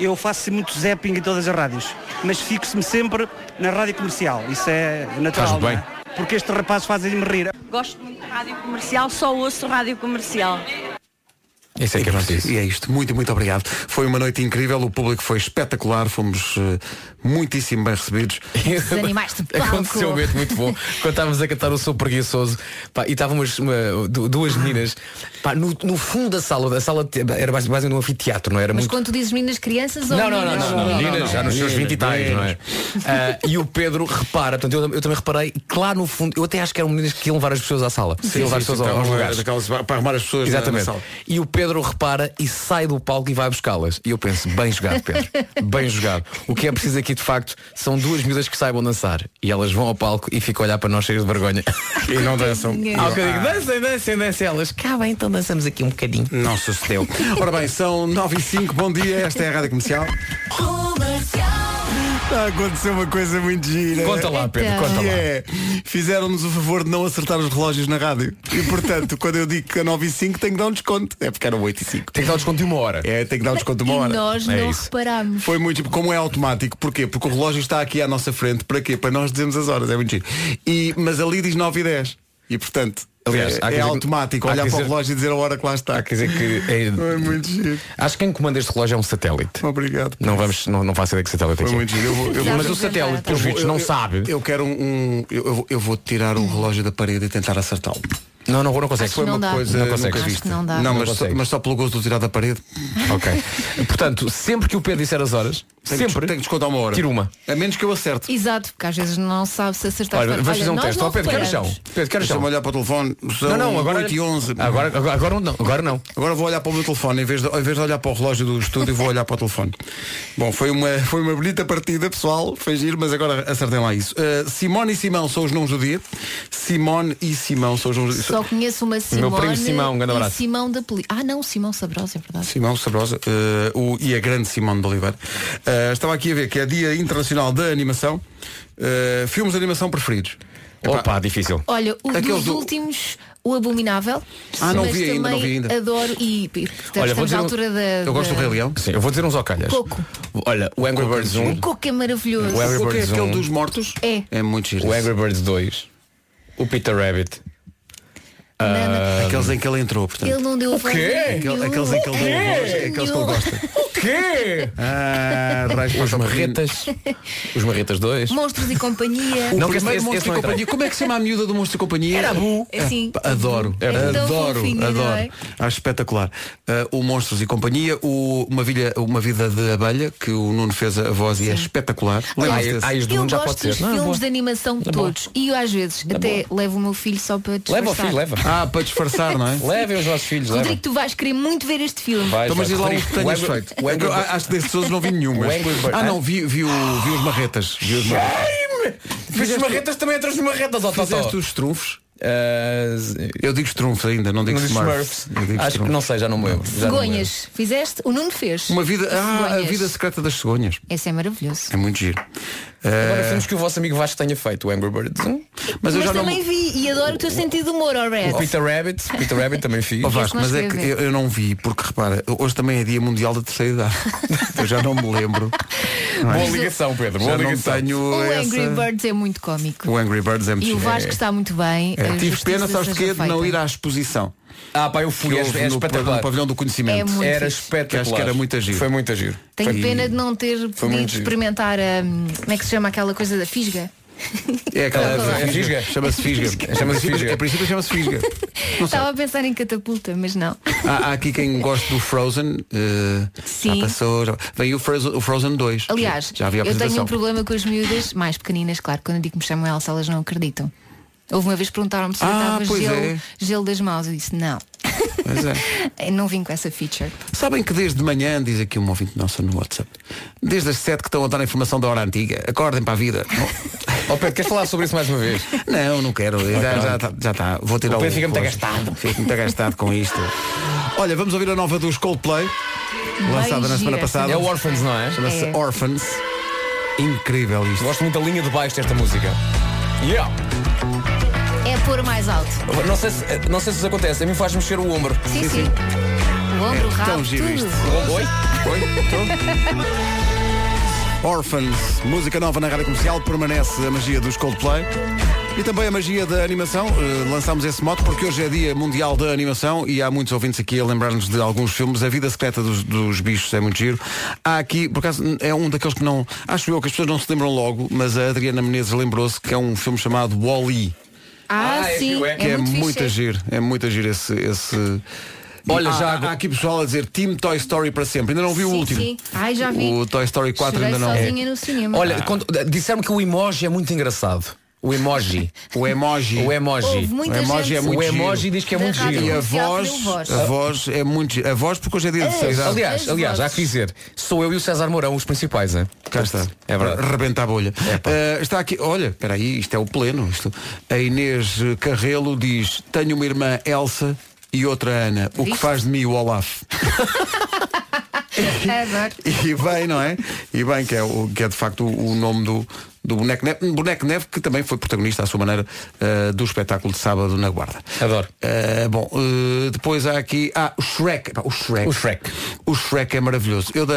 Speaker 9: Eu faço muito zapping em todas as rádios, mas fico-me sempre na rádio comercial. Isso é natural.
Speaker 4: Faz muito
Speaker 9: não
Speaker 4: bem.
Speaker 9: é? Porque estes rapazes fazem-me rir.
Speaker 8: Gosto muito de rádio comercial, só ouço rádio comercial.
Speaker 4: Isso é que é preciso. [LAUGHS]
Speaker 2: E é isto. Muito, muito obrigado. Foi uma noite incrível, o público foi espetacular, fomos eh, muitíssimo bem recebidos.
Speaker 1: Os animais de palco.
Speaker 4: Aconteceu um momento muito bom Quando estávamos a cantar o Sou Preguiçoso pá, E estavam umas, uma- du- duas meninas pá, no, no fundo da sala A sala te- era basicamente um anfiteatro Não era
Speaker 1: Mas
Speaker 4: muito
Speaker 1: quando tu dizes meninas crianças ou
Speaker 4: Não, não, não,
Speaker 1: meninas-
Speaker 4: não, não, meninas já nos seus 20 e tais, não é? [LAUGHS] Ah, e o Pedro repara, portanto, eu, eu também reparei, que lá no fundo, eu até acho que eram meninas que iam levar as pessoas à sala. que iam levar as pessoas
Speaker 2: então
Speaker 4: aos- aos lugares.
Speaker 2: para, arrumar as pessoas
Speaker 4: Exatamente. E o Pedro repara e sai do palco e vai buscá-las. E eu penso, bem jogado, [LAUGHS] Pedro. bem jogado. O que é preciso aqui, de facto, são duas miúdas que saibam dançar. E elas vão ao palco e ficam a olhar para nós cheias de [LAUGHS] vergonha.
Speaker 2: E não dançam. Ah.
Speaker 4: Há um bocadinho, dancem, dancem, dancem elas. Cá bem, então dançamos aqui um bocadinho.
Speaker 2: Não sucedeu. [LAUGHS] Ora bem, são 9 e 5, bom dia, esta é a Rádio Comercial. Ah, aconteceu uma coisa muito gira.
Speaker 4: Conta tá lá, Pedro,
Speaker 1: Então.
Speaker 4: conta
Speaker 2: Que
Speaker 4: lá.
Speaker 2: é, fizeram-nos o favor de não acertar os relógios na rádio. E portanto, [LAUGHS] quando eu digo que é 9 e 5, tenho que dar um desconto. É porque eram 8 e 5.
Speaker 4: Tem que dar um desconto de uma hora.
Speaker 2: É, tenho que dar um desconto de uma
Speaker 1: E
Speaker 2: hora.
Speaker 1: nós
Speaker 4: É
Speaker 1: não
Speaker 4: isso.
Speaker 1: reparámos.
Speaker 2: Foi muito, como é automático, porquê? Porque o relógio está aqui à nossa frente, para quê? Para nós dizermos as horas, é muito giro. E, mas ali diz 9 e 10. E portanto,
Speaker 4: Aliás,
Speaker 2: é,
Speaker 4: há que
Speaker 2: é
Speaker 4: dizer-
Speaker 2: automático
Speaker 4: há que
Speaker 2: olhar para o
Speaker 4: dizer-
Speaker 2: relógio e dizer a hora que lá está.
Speaker 4: Há que Ah, dizer que
Speaker 2: É
Speaker 4: é,
Speaker 2: muito giro.
Speaker 4: Acho que quem comanda este relógio é um satélite.
Speaker 2: Obrigado.
Speaker 4: Não vamos, não, não faço ideia que satélite
Speaker 2: Foi
Speaker 4: é que é.
Speaker 2: muito giro. Eu vou, eu vou-
Speaker 4: Mas o satélite, pelos vistos, não
Speaker 2: eu-
Speaker 4: sabe.
Speaker 2: Eu quero um. um- eu, eu vou- eu vou tirar o relógio da parede e tentar acertá-lo.
Speaker 4: Não, não, não consegue.
Speaker 2: Foi
Speaker 1: não
Speaker 2: uma
Speaker 1: dá.
Speaker 2: coisa
Speaker 4: Não
Speaker 2: nunca
Speaker 4: consegue.
Speaker 1: Acho que
Speaker 2: vista.
Speaker 1: não dá.
Speaker 2: Não,
Speaker 1: Não
Speaker 2: mas, só,
Speaker 4: consegue.
Speaker 2: mas só pelo gosto de tirar da parede.
Speaker 4: Ok. [LAUGHS] Portanto, sempre que o Pedro disser as horas,
Speaker 2: Tenho que-
Speaker 4: sempre.
Speaker 2: Tenho que descontar uma hora.
Speaker 4: Tiro uma.
Speaker 2: A menos que eu acerte.
Speaker 1: Exato, porque às vezes não sabe se acertar.
Speaker 4: Olha, vamos fazer um
Speaker 1: nós
Speaker 4: teste.
Speaker 1: não
Speaker 4: Ó, Pedro, quero
Speaker 1: reparamos.
Speaker 4: chão. Pedro, quero
Speaker 2: Deixa-me
Speaker 4: chão.
Speaker 2: olhar para o telefone. São
Speaker 4: Não, não, agora.
Speaker 2: 8 e 11.
Speaker 4: Agora, agora, agora não. Agora não.
Speaker 2: Agora vou olhar para o meu telefone, em vez de, em vez de olhar para o relógio do estúdio, vou olhar para o telefone. Bom, foi uma, foi uma bonita partida, pessoal, foi giro, mas agora acertem lá isso. Uh, Simone e Simão são os nomes do dia. Simone e Simão são os nomes do dia.
Speaker 1: Só conheço uma Simone
Speaker 4: primo Simão, um grande
Speaker 1: e
Speaker 4: abraço.
Speaker 1: Simão da Poli. Ah, não, Simão Sabrosa, é verdade.
Speaker 2: Simão Sabrosa uh, o, e a grande Simone de Oliveira. Uh, estava aqui a ver que é Dia Internacional da Animação. Uh, filmes de animação preferidos. Epá,
Speaker 4: Opa, difícil.
Speaker 1: Olha, o
Speaker 2: Aqueles
Speaker 1: dos
Speaker 2: do-
Speaker 1: últimos, o Abominável.
Speaker 2: Ah, não
Speaker 1: mas
Speaker 2: vi ainda, não
Speaker 1: também
Speaker 2: vi ainda.
Speaker 1: Adoro e, e portanto,
Speaker 4: Olha,
Speaker 1: estamos
Speaker 4: vou dizer
Speaker 1: à
Speaker 4: um-
Speaker 1: altura da.
Speaker 2: eu gosto do
Speaker 1: da-
Speaker 2: Rei Leão.
Speaker 4: Sim, eu vou dizer uns ocalhas.
Speaker 1: Coco.
Speaker 4: Olha, o Angry Birds 1,
Speaker 1: O Coco é maravilhoso.
Speaker 4: O Angry
Speaker 2: O que é
Speaker 4: Birds
Speaker 2: aquele
Speaker 4: um.
Speaker 2: dos mortos?
Speaker 1: É.
Speaker 2: É muito giro.
Speaker 4: o Angry Birds 2, o Peter Rabbit,
Speaker 1: Não, não.
Speaker 2: Aqueles em que ele entrou, portanto.
Speaker 1: Ele não deu a voz.
Speaker 4: quê?
Speaker 1: a
Speaker 2: Aquele-
Speaker 1: nenhum.
Speaker 2: aqueles em que ele deu a voz, é aqueles que ele gosta.
Speaker 4: O quê?
Speaker 2: Ah, raios
Speaker 4: Os
Speaker 2: para o
Speaker 1: [LAUGHS]
Speaker 4: marretas. Os marretas 2.
Speaker 1: Monstros e companhia.
Speaker 4: Não,
Speaker 2: Não, é primeiro
Speaker 4: que esse- esse
Speaker 2: Monstro
Speaker 4: não
Speaker 2: e
Speaker 4: entra.
Speaker 2: Companhia. Como é que se chama a miúda do Monstro e Companhia?
Speaker 1: Era a Bu. É assim.
Speaker 2: pá, adoro,
Speaker 1: É tão
Speaker 2: adoro,
Speaker 1: fofinha,
Speaker 2: adoro.
Speaker 1: não é?
Speaker 2: Acho espetacular. Ah, o Monstros e Companhia, o uma, Vilha- uma Vida de Abelha, que o Nuno fez a voz e é espetacular. Lembra-se desse?
Speaker 4: Ai, do
Speaker 1: eu
Speaker 4: mundo já
Speaker 1: gosto
Speaker 4: pode ser.
Speaker 1: dos
Speaker 4: Não, é
Speaker 1: filmes
Speaker 4: boa.
Speaker 1: de animação todos. E eu, às vezes, até levo o meu filho só para disfarçar.
Speaker 4: Leva o filho, leva.
Speaker 2: Ah, para disfarçar,
Speaker 4: [LAUGHS]
Speaker 2: não é?
Speaker 4: Levem os vossos filhos, levem.
Speaker 1: Rodrigo, tu vais querer muito ver este filme.
Speaker 4: Vai,
Speaker 2: Então, mas diz lá um que tenhas
Speaker 4: Leva-
Speaker 2: feito.
Speaker 4: o Angry
Speaker 2: Eu
Speaker 4: Bird-
Speaker 2: Acho que desses todos não
Speaker 4: [LAUGHS]
Speaker 2: vi nenhuma.
Speaker 4: O Angry Bird,
Speaker 2: Ah,
Speaker 4: é?
Speaker 2: não, vi, vi, o- vi os marretas. Vi os marretas.
Speaker 4: Fiz as marretas, também entras nos marretas, ó
Speaker 2: Fizeste
Speaker 4: Totó.
Speaker 2: os trunfos?
Speaker 4: Ah, z-
Speaker 2: Eu digo trunfos ainda, não digo
Speaker 4: não diz
Speaker 2: smurfs.
Speaker 4: Smurfs.
Speaker 2: Eu digo
Speaker 4: Acho que
Speaker 2: Strunfs.
Speaker 4: não sei, já não me lembro. já não me lembro.
Speaker 1: Cegonhas, fizeste? O Nuno fez.
Speaker 2: Uma vida. Ah, a
Speaker 1: Cegonhas.
Speaker 2: vida secreta das cegonhas.
Speaker 1: Esse é maravilhoso.
Speaker 2: É muito giro. Eh,
Speaker 4: Agora temos que o vosso amigo Vasco tenha feito o Angry Birds 1.
Speaker 2: Mas
Speaker 1: Mas,
Speaker 2: eu já não-
Speaker 1: também é. vi e adoro o teu sentido de humor, ó Red.
Speaker 4: O Peter Rabbit, Peter Rabbit também fiz.
Speaker 2: Ó Vasco,
Speaker 1: nós
Speaker 2: mas é que
Speaker 1: queremos
Speaker 2: eu, eu não vi, porque repara, hoje também é dia mundial da terceira
Speaker 1: [LAUGHS]
Speaker 2: idade. eu já não me lembro.
Speaker 4: Boa ligação, Pedro. Boa
Speaker 2: é? já não
Speaker 4: ligação.
Speaker 2: tenho
Speaker 1: O
Speaker 2: essa...
Speaker 1: Angry Birds é muito cómico.
Speaker 2: O Angry Birds é muito
Speaker 1: E o
Speaker 2: giro.
Speaker 1: Vasco está muito bem.
Speaker 2: É,
Speaker 1: a
Speaker 2: Tive
Speaker 1: justiça
Speaker 2: pena, sabes de quê?
Speaker 1: seja
Speaker 2: De não ir
Speaker 1: feita.
Speaker 2: à exposição.
Speaker 4: Ah, pá, eu fui.
Speaker 2: que
Speaker 4: É,
Speaker 2: houve
Speaker 4: é
Speaker 2: no, no
Speaker 4: espetacular.
Speaker 2: pavilhão do
Speaker 1: É
Speaker 2: conhecimento.
Speaker 1: muito
Speaker 4: Era
Speaker 1: fixe.
Speaker 4: espetacular.
Speaker 2: Que acho que era muito giro.
Speaker 4: Foi muito giro.
Speaker 1: Tenho
Speaker 2: E-
Speaker 1: pena de não ter podido
Speaker 4: muito giro.
Speaker 1: experimentar a. Como é que se chama aquela coisa da fisga?
Speaker 2: É aquela
Speaker 4: É fisga?
Speaker 2: Chama-se fisga.
Speaker 4: Chama-se fisga.
Speaker 2: A princípio chama-se fisga. Não sei.
Speaker 1: Estava a pensar em catapulta, mas não.
Speaker 2: Há, há aqui quem gosta do Frozen. eh,
Speaker 1: Sim.
Speaker 2: Já passou. Já... Veio o Frozen, o Frozen 2.
Speaker 1: Aliás,
Speaker 2: já havia
Speaker 1: eu tenho
Speaker 2: apresentação.
Speaker 1: um problema com as miúdas mais pequeninas, claro, quando eu digo que me chamam Elsa, elas não acreditam. Houve uma vez que perguntaram-me se eu
Speaker 2: Ah,
Speaker 1: estava
Speaker 2: pois
Speaker 1: gelo,
Speaker 2: é.
Speaker 1: gelo das mãos. Eu disse não.
Speaker 2: Pois é.
Speaker 1: [LAUGHS] Eu não vim com essa feature.
Speaker 2: Sabem que desde de manhã, diz aqui um ouvinte nosso no WhatsApp, desde as 7 que estão a dar a informação da hora antiga, acordem para a vida.
Speaker 4: [LAUGHS] Ó Pedro, queres falar sobre isso mais uma vez?
Speaker 2: não, não quero, já já está, já está. Vou tirar
Speaker 4: O
Speaker 2: o.
Speaker 4: Pedro fica muito
Speaker 2: coisa.
Speaker 4: agastado.
Speaker 2: Fica muito agastado com isto. Olha, vamos ouvir a nova dos Coldplay, lançada na
Speaker 1: gira
Speaker 2: semana
Speaker 1: essa
Speaker 2: passada.
Speaker 4: É o Orphans, não é?
Speaker 2: Chama-se
Speaker 1: É.
Speaker 2: Orphans. Incrível isto.
Speaker 4: Gosto muito da linha de baixo desta música. Yeah.
Speaker 1: É pôr mais alto.
Speaker 4: Não sei se, eh, não sei se isso acontece, a mim faz mexer o ombro.
Speaker 1: Sim, sim. O ombro, o rabo,
Speaker 2: É tão giro
Speaker 1: tudo.
Speaker 2: isto.
Speaker 4: Oi?
Speaker 2: Oi? Tô? Orphans, música nova na rádio comercial, permanece a magia dos Coldplay. E também a magia da animação. Eh, lançámos esse mote porque hoje é Dia Mundial da Animação e há muitos ouvintes aqui a lembrar-nos de alguns filmes. A Vida Secreta dos, dos Bichos é muito giro. Há aqui, por acaso, é um daqueles que não. Acho eu que as pessoas não se lembram logo, mas a Adriana Menezes lembrou-se que é um filme chamado Wall-E,
Speaker 1: Ah,
Speaker 4: Ah, é
Speaker 1: sim.
Speaker 4: que é.
Speaker 1: É,
Speaker 2: que é,
Speaker 1: muito
Speaker 2: muito
Speaker 1: fixe.
Speaker 2: giro. É muito giro esse. esse...
Speaker 4: Olha,
Speaker 2: Há-
Speaker 4: já
Speaker 2: há,
Speaker 4: agora-
Speaker 2: aqui pessoal a dizer Team Toy Story para sempre. Ainda não vi o
Speaker 1: Sim,
Speaker 2: último.
Speaker 1: sim. Ai, já vi.
Speaker 2: O Toy Story 4
Speaker 1: Chorei
Speaker 2: ainda não.
Speaker 1: sozinha no cinema. Ah,
Speaker 4: Olha, quando- eh, disseram que o emoji é muito engraçado. O emoji.
Speaker 2: O emoji.
Speaker 4: [LAUGHS] O emoji.
Speaker 1: Houve muita
Speaker 2: O emoji
Speaker 1: gente
Speaker 2: é muito
Speaker 4: o
Speaker 2: giro.
Speaker 4: emoji diz que é
Speaker 1: Da
Speaker 4: muito
Speaker 1: rádio.
Speaker 4: giro.
Speaker 2: E a
Speaker 1: Comercial
Speaker 2: voz,
Speaker 1: deu voz.
Speaker 2: a voz é muito giro. A voz porque hoje é dia de saída.
Speaker 4: Aliás,
Speaker 1: As
Speaker 4: aliás, há
Speaker 1: vozes.
Speaker 4: que dizer, sou eu e o César Mourão os principais, hein?
Speaker 2: Cá está.
Speaker 4: É verdade. É,
Speaker 2: Rebenta a bolha.
Speaker 4: pá.
Speaker 2: Eh, está aqui, olha, espera aí, isto é o pleno. Isto. A Inês Carrelo diz, tenho uma irmã Elsa e outra Ana, o que
Speaker 1: Viste?
Speaker 2: faz de mim o Olaf.
Speaker 1: Adoro.
Speaker 2: E bem, não é? E bem, que é, o, que é de facto o, o nome do, do Boneco Neve. Um Boneco Neve que também foi protagonista, à sua maneira, eh, do espetáculo de sábado na Guarda.
Speaker 4: Adoro.
Speaker 2: Eh, bom, eh, depois há aqui. Ah, o Shrek. Pá, O Shrek.
Speaker 4: O Shrek.
Speaker 2: O Shrek é maravilhoso. Eu da,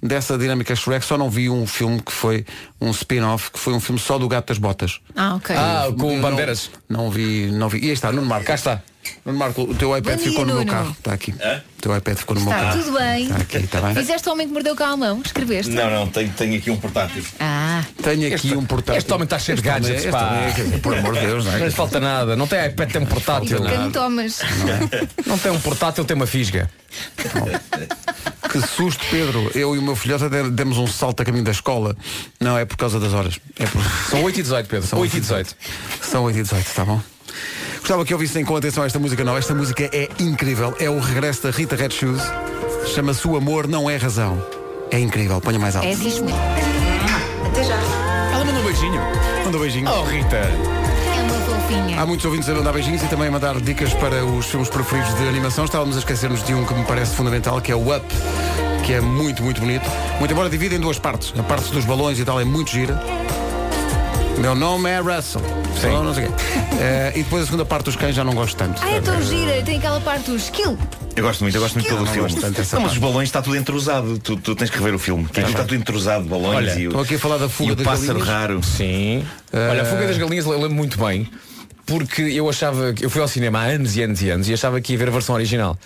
Speaker 2: dessa dinâmica Shrek só não vi um filme que foi um spin-off, que foi um filme só do Gato das Botas.
Speaker 1: Ah, ok.
Speaker 4: Ah, com
Speaker 2: Não-
Speaker 4: bandeiras.
Speaker 2: Não vi, não vi. E aí está, Nuno Marco.
Speaker 4: Cá está.
Speaker 2: Nuno Marco, o teu iPad
Speaker 1: Bom dia,
Speaker 2: ficou no
Speaker 1: Nuno.
Speaker 2: meu carro. Está aqui. O teu iPad ficou no meu
Speaker 1: Está
Speaker 2: carro.
Speaker 1: tudo bem.
Speaker 2: Está aqui, está bem.
Speaker 1: Fizeste o homem que mordeu cá a mão, escreveste.
Speaker 3: Não, não, tenho, tenho aqui um portátil.
Speaker 1: Ah,
Speaker 2: Tenho aqui um portátil.
Speaker 4: Este homem está cheio de
Speaker 2: Este homem-
Speaker 4: gadgets,
Speaker 2: este
Speaker 4: pá.
Speaker 2: homem é que- Por amor de Deus, não
Speaker 4: Não
Speaker 2: é?
Speaker 4: lhe falta nada, não tem iPad, tem um
Speaker 1: e
Speaker 4: portátil.
Speaker 1: quem tomas?
Speaker 4: Não tem um portátil, tem uma fisga.
Speaker 2: Que susto, Pedro. Eu e o meu filhote até demos um salto a caminho da escola. Não, é por causa das horas. É por...
Speaker 4: São 8 e 18, Pedro. São 8 e 18.
Speaker 2: São 8 e 18, está bom? Gostava que ouvissem com atenção esta música nova. Esta música é incrível. É o regresso da Rita Red Shoes. Chama-se O Amor Não É Razão. É incrível. Ponha mais alto.
Speaker 1: É fixe mesmo.
Speaker 2: Ela mandou um beijinho. Mandou um beijinho.
Speaker 4: Oh, Rita.
Speaker 1: É uma fofinha.
Speaker 2: Há muitos ouvintes a mandar beijinhos e também a mandar dicas para os filmes preferidos de animação. Estávamos a esquecer-nos de um que me parece fundamental, que é o Up, que é muito, muito bonito. Muito embora divida em duas partes. A parte dos balões e tal é muito gira. Meu nome é Russell. Não, não sei o quê. Eh, e depois a segunda parte dos cães já não gosto tanto.
Speaker 1: Ah, é tão gira, tem aquela parte do skill.
Speaker 3: Eu gosto muito, eu gosto muito todo o filme.
Speaker 2: gosto tanto dessa
Speaker 3: Não, mas
Speaker 2: parte.
Speaker 3: os balões está tudo entrosado. Tu, tu tens que rever o filme. Aquilo está tudo entrosado, balões
Speaker 4: Olha,
Speaker 3: e o.
Speaker 2: estou aqui a falar da fuga
Speaker 3: e o
Speaker 2: das
Speaker 3: pássaro
Speaker 2: galinhas.
Speaker 3: raro.
Speaker 4: Sim. Olha, a fuga das galinhas eu lembro muito bem. porque eu achava, que- eu fui ao cinema há anos e anos e anos e achava que ia ver a versão original.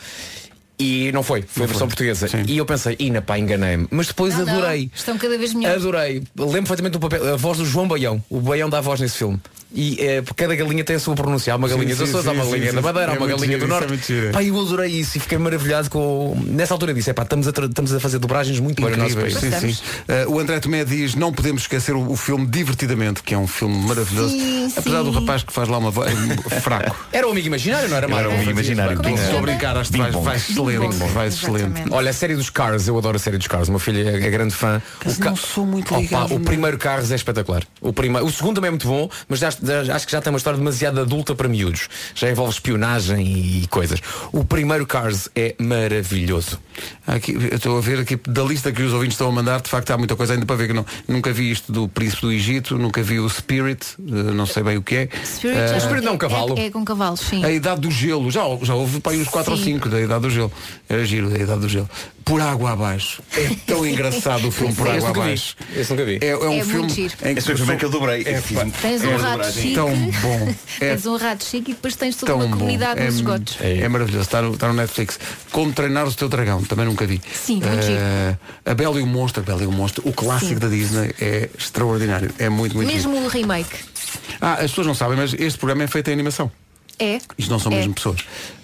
Speaker 4: E não foi, foi a versão portuguesa. E eu pensei, Ina, pá, enganei-me. Mas depois
Speaker 1: Não, é não,
Speaker 4: adorei.
Speaker 1: estão cada vez melhores.
Speaker 4: Adorei. Lembro perfeitamente do papel, a voz do João Baião. O Baião dá a voz nesse filme. E eh, cada galinha tem a sua pronúncia. Há uma galinha
Speaker 2: sim,
Speaker 4: dos Açores, há
Speaker 2: sim,
Speaker 4: uma
Speaker 2: sim,
Speaker 4: galinha
Speaker 2: sim.
Speaker 4: da Madeira, há
Speaker 2: É
Speaker 4: uma
Speaker 2: muito
Speaker 4: galinha
Speaker 2: giro, isso
Speaker 4: do
Speaker 2: é
Speaker 4: Norte.
Speaker 2: muito giro.
Speaker 4: Pá, eu adorei isso e fiquei maravilhado com. Nessa altura disse, é pá, estamos a, tra- estamos a fazer dobragens muito para o nosso
Speaker 2: Incríveis,
Speaker 4: país.
Speaker 2: sim, sim. Eh, o André Tomé diz não podemos esquecer o, o filme Divertidamente, que é um filme maravilhoso.
Speaker 1: Sim,
Speaker 2: Apesar
Speaker 1: sim.
Speaker 2: do rapaz que faz lá uma voz eh,
Speaker 1: [LAUGHS]
Speaker 2: fraco.
Speaker 4: Era o amigo imaginário, não era
Speaker 3: Eu
Speaker 4: Marco?
Speaker 3: era um amigo imaginário.
Speaker 1: Como é que se
Speaker 2: Estou a
Speaker 1: chama?
Speaker 2: brincar, acho que
Speaker 3: Bing
Speaker 2: vais,
Speaker 3: bong.
Speaker 2: vais excelente.
Speaker 1: Bing-bong.
Speaker 2: Vais excelente.
Speaker 1: Exatamente.
Speaker 4: Olha, a série dos Cars, eu adoro a série dos Cars. O meu filho é, é grande fã.
Speaker 2: Mas não sou muito ligado,
Speaker 4: o
Speaker 2: não.
Speaker 4: primeiro Cars é espetacular. O, primeiro... o segundo também é muito bom, mas já- já- acho que já tem uma história demasiado adulta para miúdos. Já envolve espionagem e coisas. O primeiro Cars é maravilhoso.
Speaker 2: Aqui, eu estou a ver aqui da lista que os ouvintes estão a mandar, de facto há muita coisa ainda para ver que não. Nunca vi isto do Príncipe do Egito, nunca vi o Spirit, eh, não sei bem o que é.
Speaker 1: Spirit,
Speaker 2: Eh,
Speaker 1: já-
Speaker 4: Spirit não é um cavalo.
Speaker 1: É, é com cavalos, sim.
Speaker 2: a Idade do Gelo, já, já houve para aí uns 4 ou
Speaker 1: Sim.
Speaker 2: 5 da Idade do Gelo. Era giro, da Idade do Gelo. Por Água Abaixo. É tão engraçado o filme Por
Speaker 4: Esse
Speaker 2: Água
Speaker 4: nunca vi.
Speaker 2: Abaixo.
Speaker 4: Esse nunca vi.
Speaker 2: É, é um
Speaker 1: É muito
Speaker 2: filme
Speaker 1: giro.
Speaker 2: em
Speaker 3: Esse foi o
Speaker 2: sou-
Speaker 3: primeiro que eu dobrei.
Speaker 2: É,
Speaker 3: Eu fiz
Speaker 2: pá,
Speaker 3: um-
Speaker 1: Tens um
Speaker 3: uma
Speaker 1: rato
Speaker 3: dobragem.
Speaker 1: chique.
Speaker 2: tão bom. É
Speaker 1: [LAUGHS] Tens um rato chique e depois tens toda
Speaker 2: tão
Speaker 1: uma
Speaker 2: bom.
Speaker 1: comunidade
Speaker 2: é,
Speaker 1: nos esgotos.
Speaker 2: É, maravilhoso. Está no, está no Netflix. Como treinar o teu dragão, também nunca vi.
Speaker 1: Sim, muito
Speaker 2: Eh,
Speaker 1: giro.
Speaker 2: A Bela e o Monstro, a Bela e o Monstro, o clássico
Speaker 1: Sim.
Speaker 2: da Disney é extraordinário. É muito, muito giro.
Speaker 1: Mesmo o remake.
Speaker 2: Ah, as pessoas não sabem, mas este programa é feito em animação.
Speaker 1: É.
Speaker 2: Isto não são
Speaker 1: É.
Speaker 2: mesmo pessoas.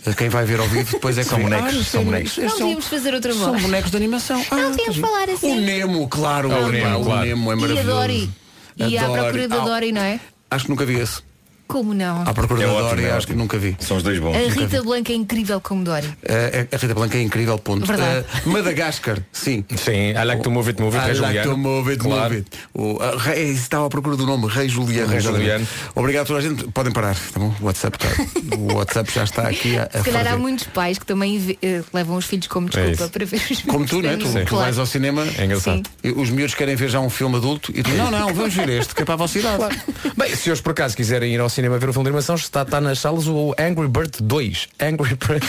Speaker 2: Eh, Quem vai ver ao vivo depois é que
Speaker 3: [LAUGHS] São
Speaker 2: vê.
Speaker 3: bonecos,
Speaker 2: não
Speaker 3: são
Speaker 2: sei,
Speaker 3: bonecos.
Speaker 2: estes
Speaker 1: Não devíamos fazer outra
Speaker 2: São
Speaker 1: voz.
Speaker 2: bonecos de animação. Ah,
Speaker 1: devíamos
Speaker 2: tá giro.
Speaker 1: falar assim.
Speaker 2: O Nemo, claro.
Speaker 1: Ah,
Speaker 2: o,
Speaker 1: o
Speaker 2: Nemo,
Speaker 1: Nemo,
Speaker 2: o
Speaker 1: claro.
Speaker 2: Nemo é
Speaker 1: E a
Speaker 2: maravilhoso.
Speaker 1: Dory. E à
Speaker 2: Dory.
Speaker 1: procura da
Speaker 2: Ah,
Speaker 1: Dory, não é?
Speaker 2: Acho que nunca vi esse.
Speaker 1: Como não?
Speaker 2: À procura
Speaker 3: É
Speaker 2: da
Speaker 3: ótimo,
Speaker 2: Dory,
Speaker 3: é
Speaker 2: acho
Speaker 3: ótimo.
Speaker 2: que nunca vi.
Speaker 3: São os dois bons.
Speaker 1: A Rita Blanca é incrível como Dory.
Speaker 2: Eh, a Rita Blanca é incrível, ponto.
Speaker 1: Verdade.
Speaker 2: Eh, Madagascar,
Speaker 4: [LAUGHS]
Speaker 2: sim.
Speaker 4: Sim, I like to move it, move it.
Speaker 2: I
Speaker 4: é
Speaker 2: like
Speaker 4: Juliano.
Speaker 2: to move it,
Speaker 4: Claro.
Speaker 2: move it. O, a, rei, é estava à procura do nome, Rei Juliano.
Speaker 4: Rei
Speaker 2: exatamente.
Speaker 4: Juliano.
Speaker 2: Obrigado a toda a gente. Podem parar, tá bom? O WhatsApp, tá, o WhatsApp já está aqui a, a
Speaker 1: Se calhar há
Speaker 2: ferver.
Speaker 1: muitos pais que também ve- eh, levam os filhos como desculpa
Speaker 4: isso.
Speaker 1: para ver os
Speaker 2: Como tu, não é?
Speaker 1: filmes.
Speaker 2: Tu,
Speaker 1: Sim.
Speaker 2: tu vais ao cinema.
Speaker 4: É engraçado.
Speaker 2: e Os miúdos querem ver já um filme adulto e tu, não, não, vamos ver este, que é para a vossa idade.
Speaker 4: Bem, se hoje por acaso quiserem ir ao cinema ver um filme de animação, está, está nas salas o Angry Bird 2. Angry Bird.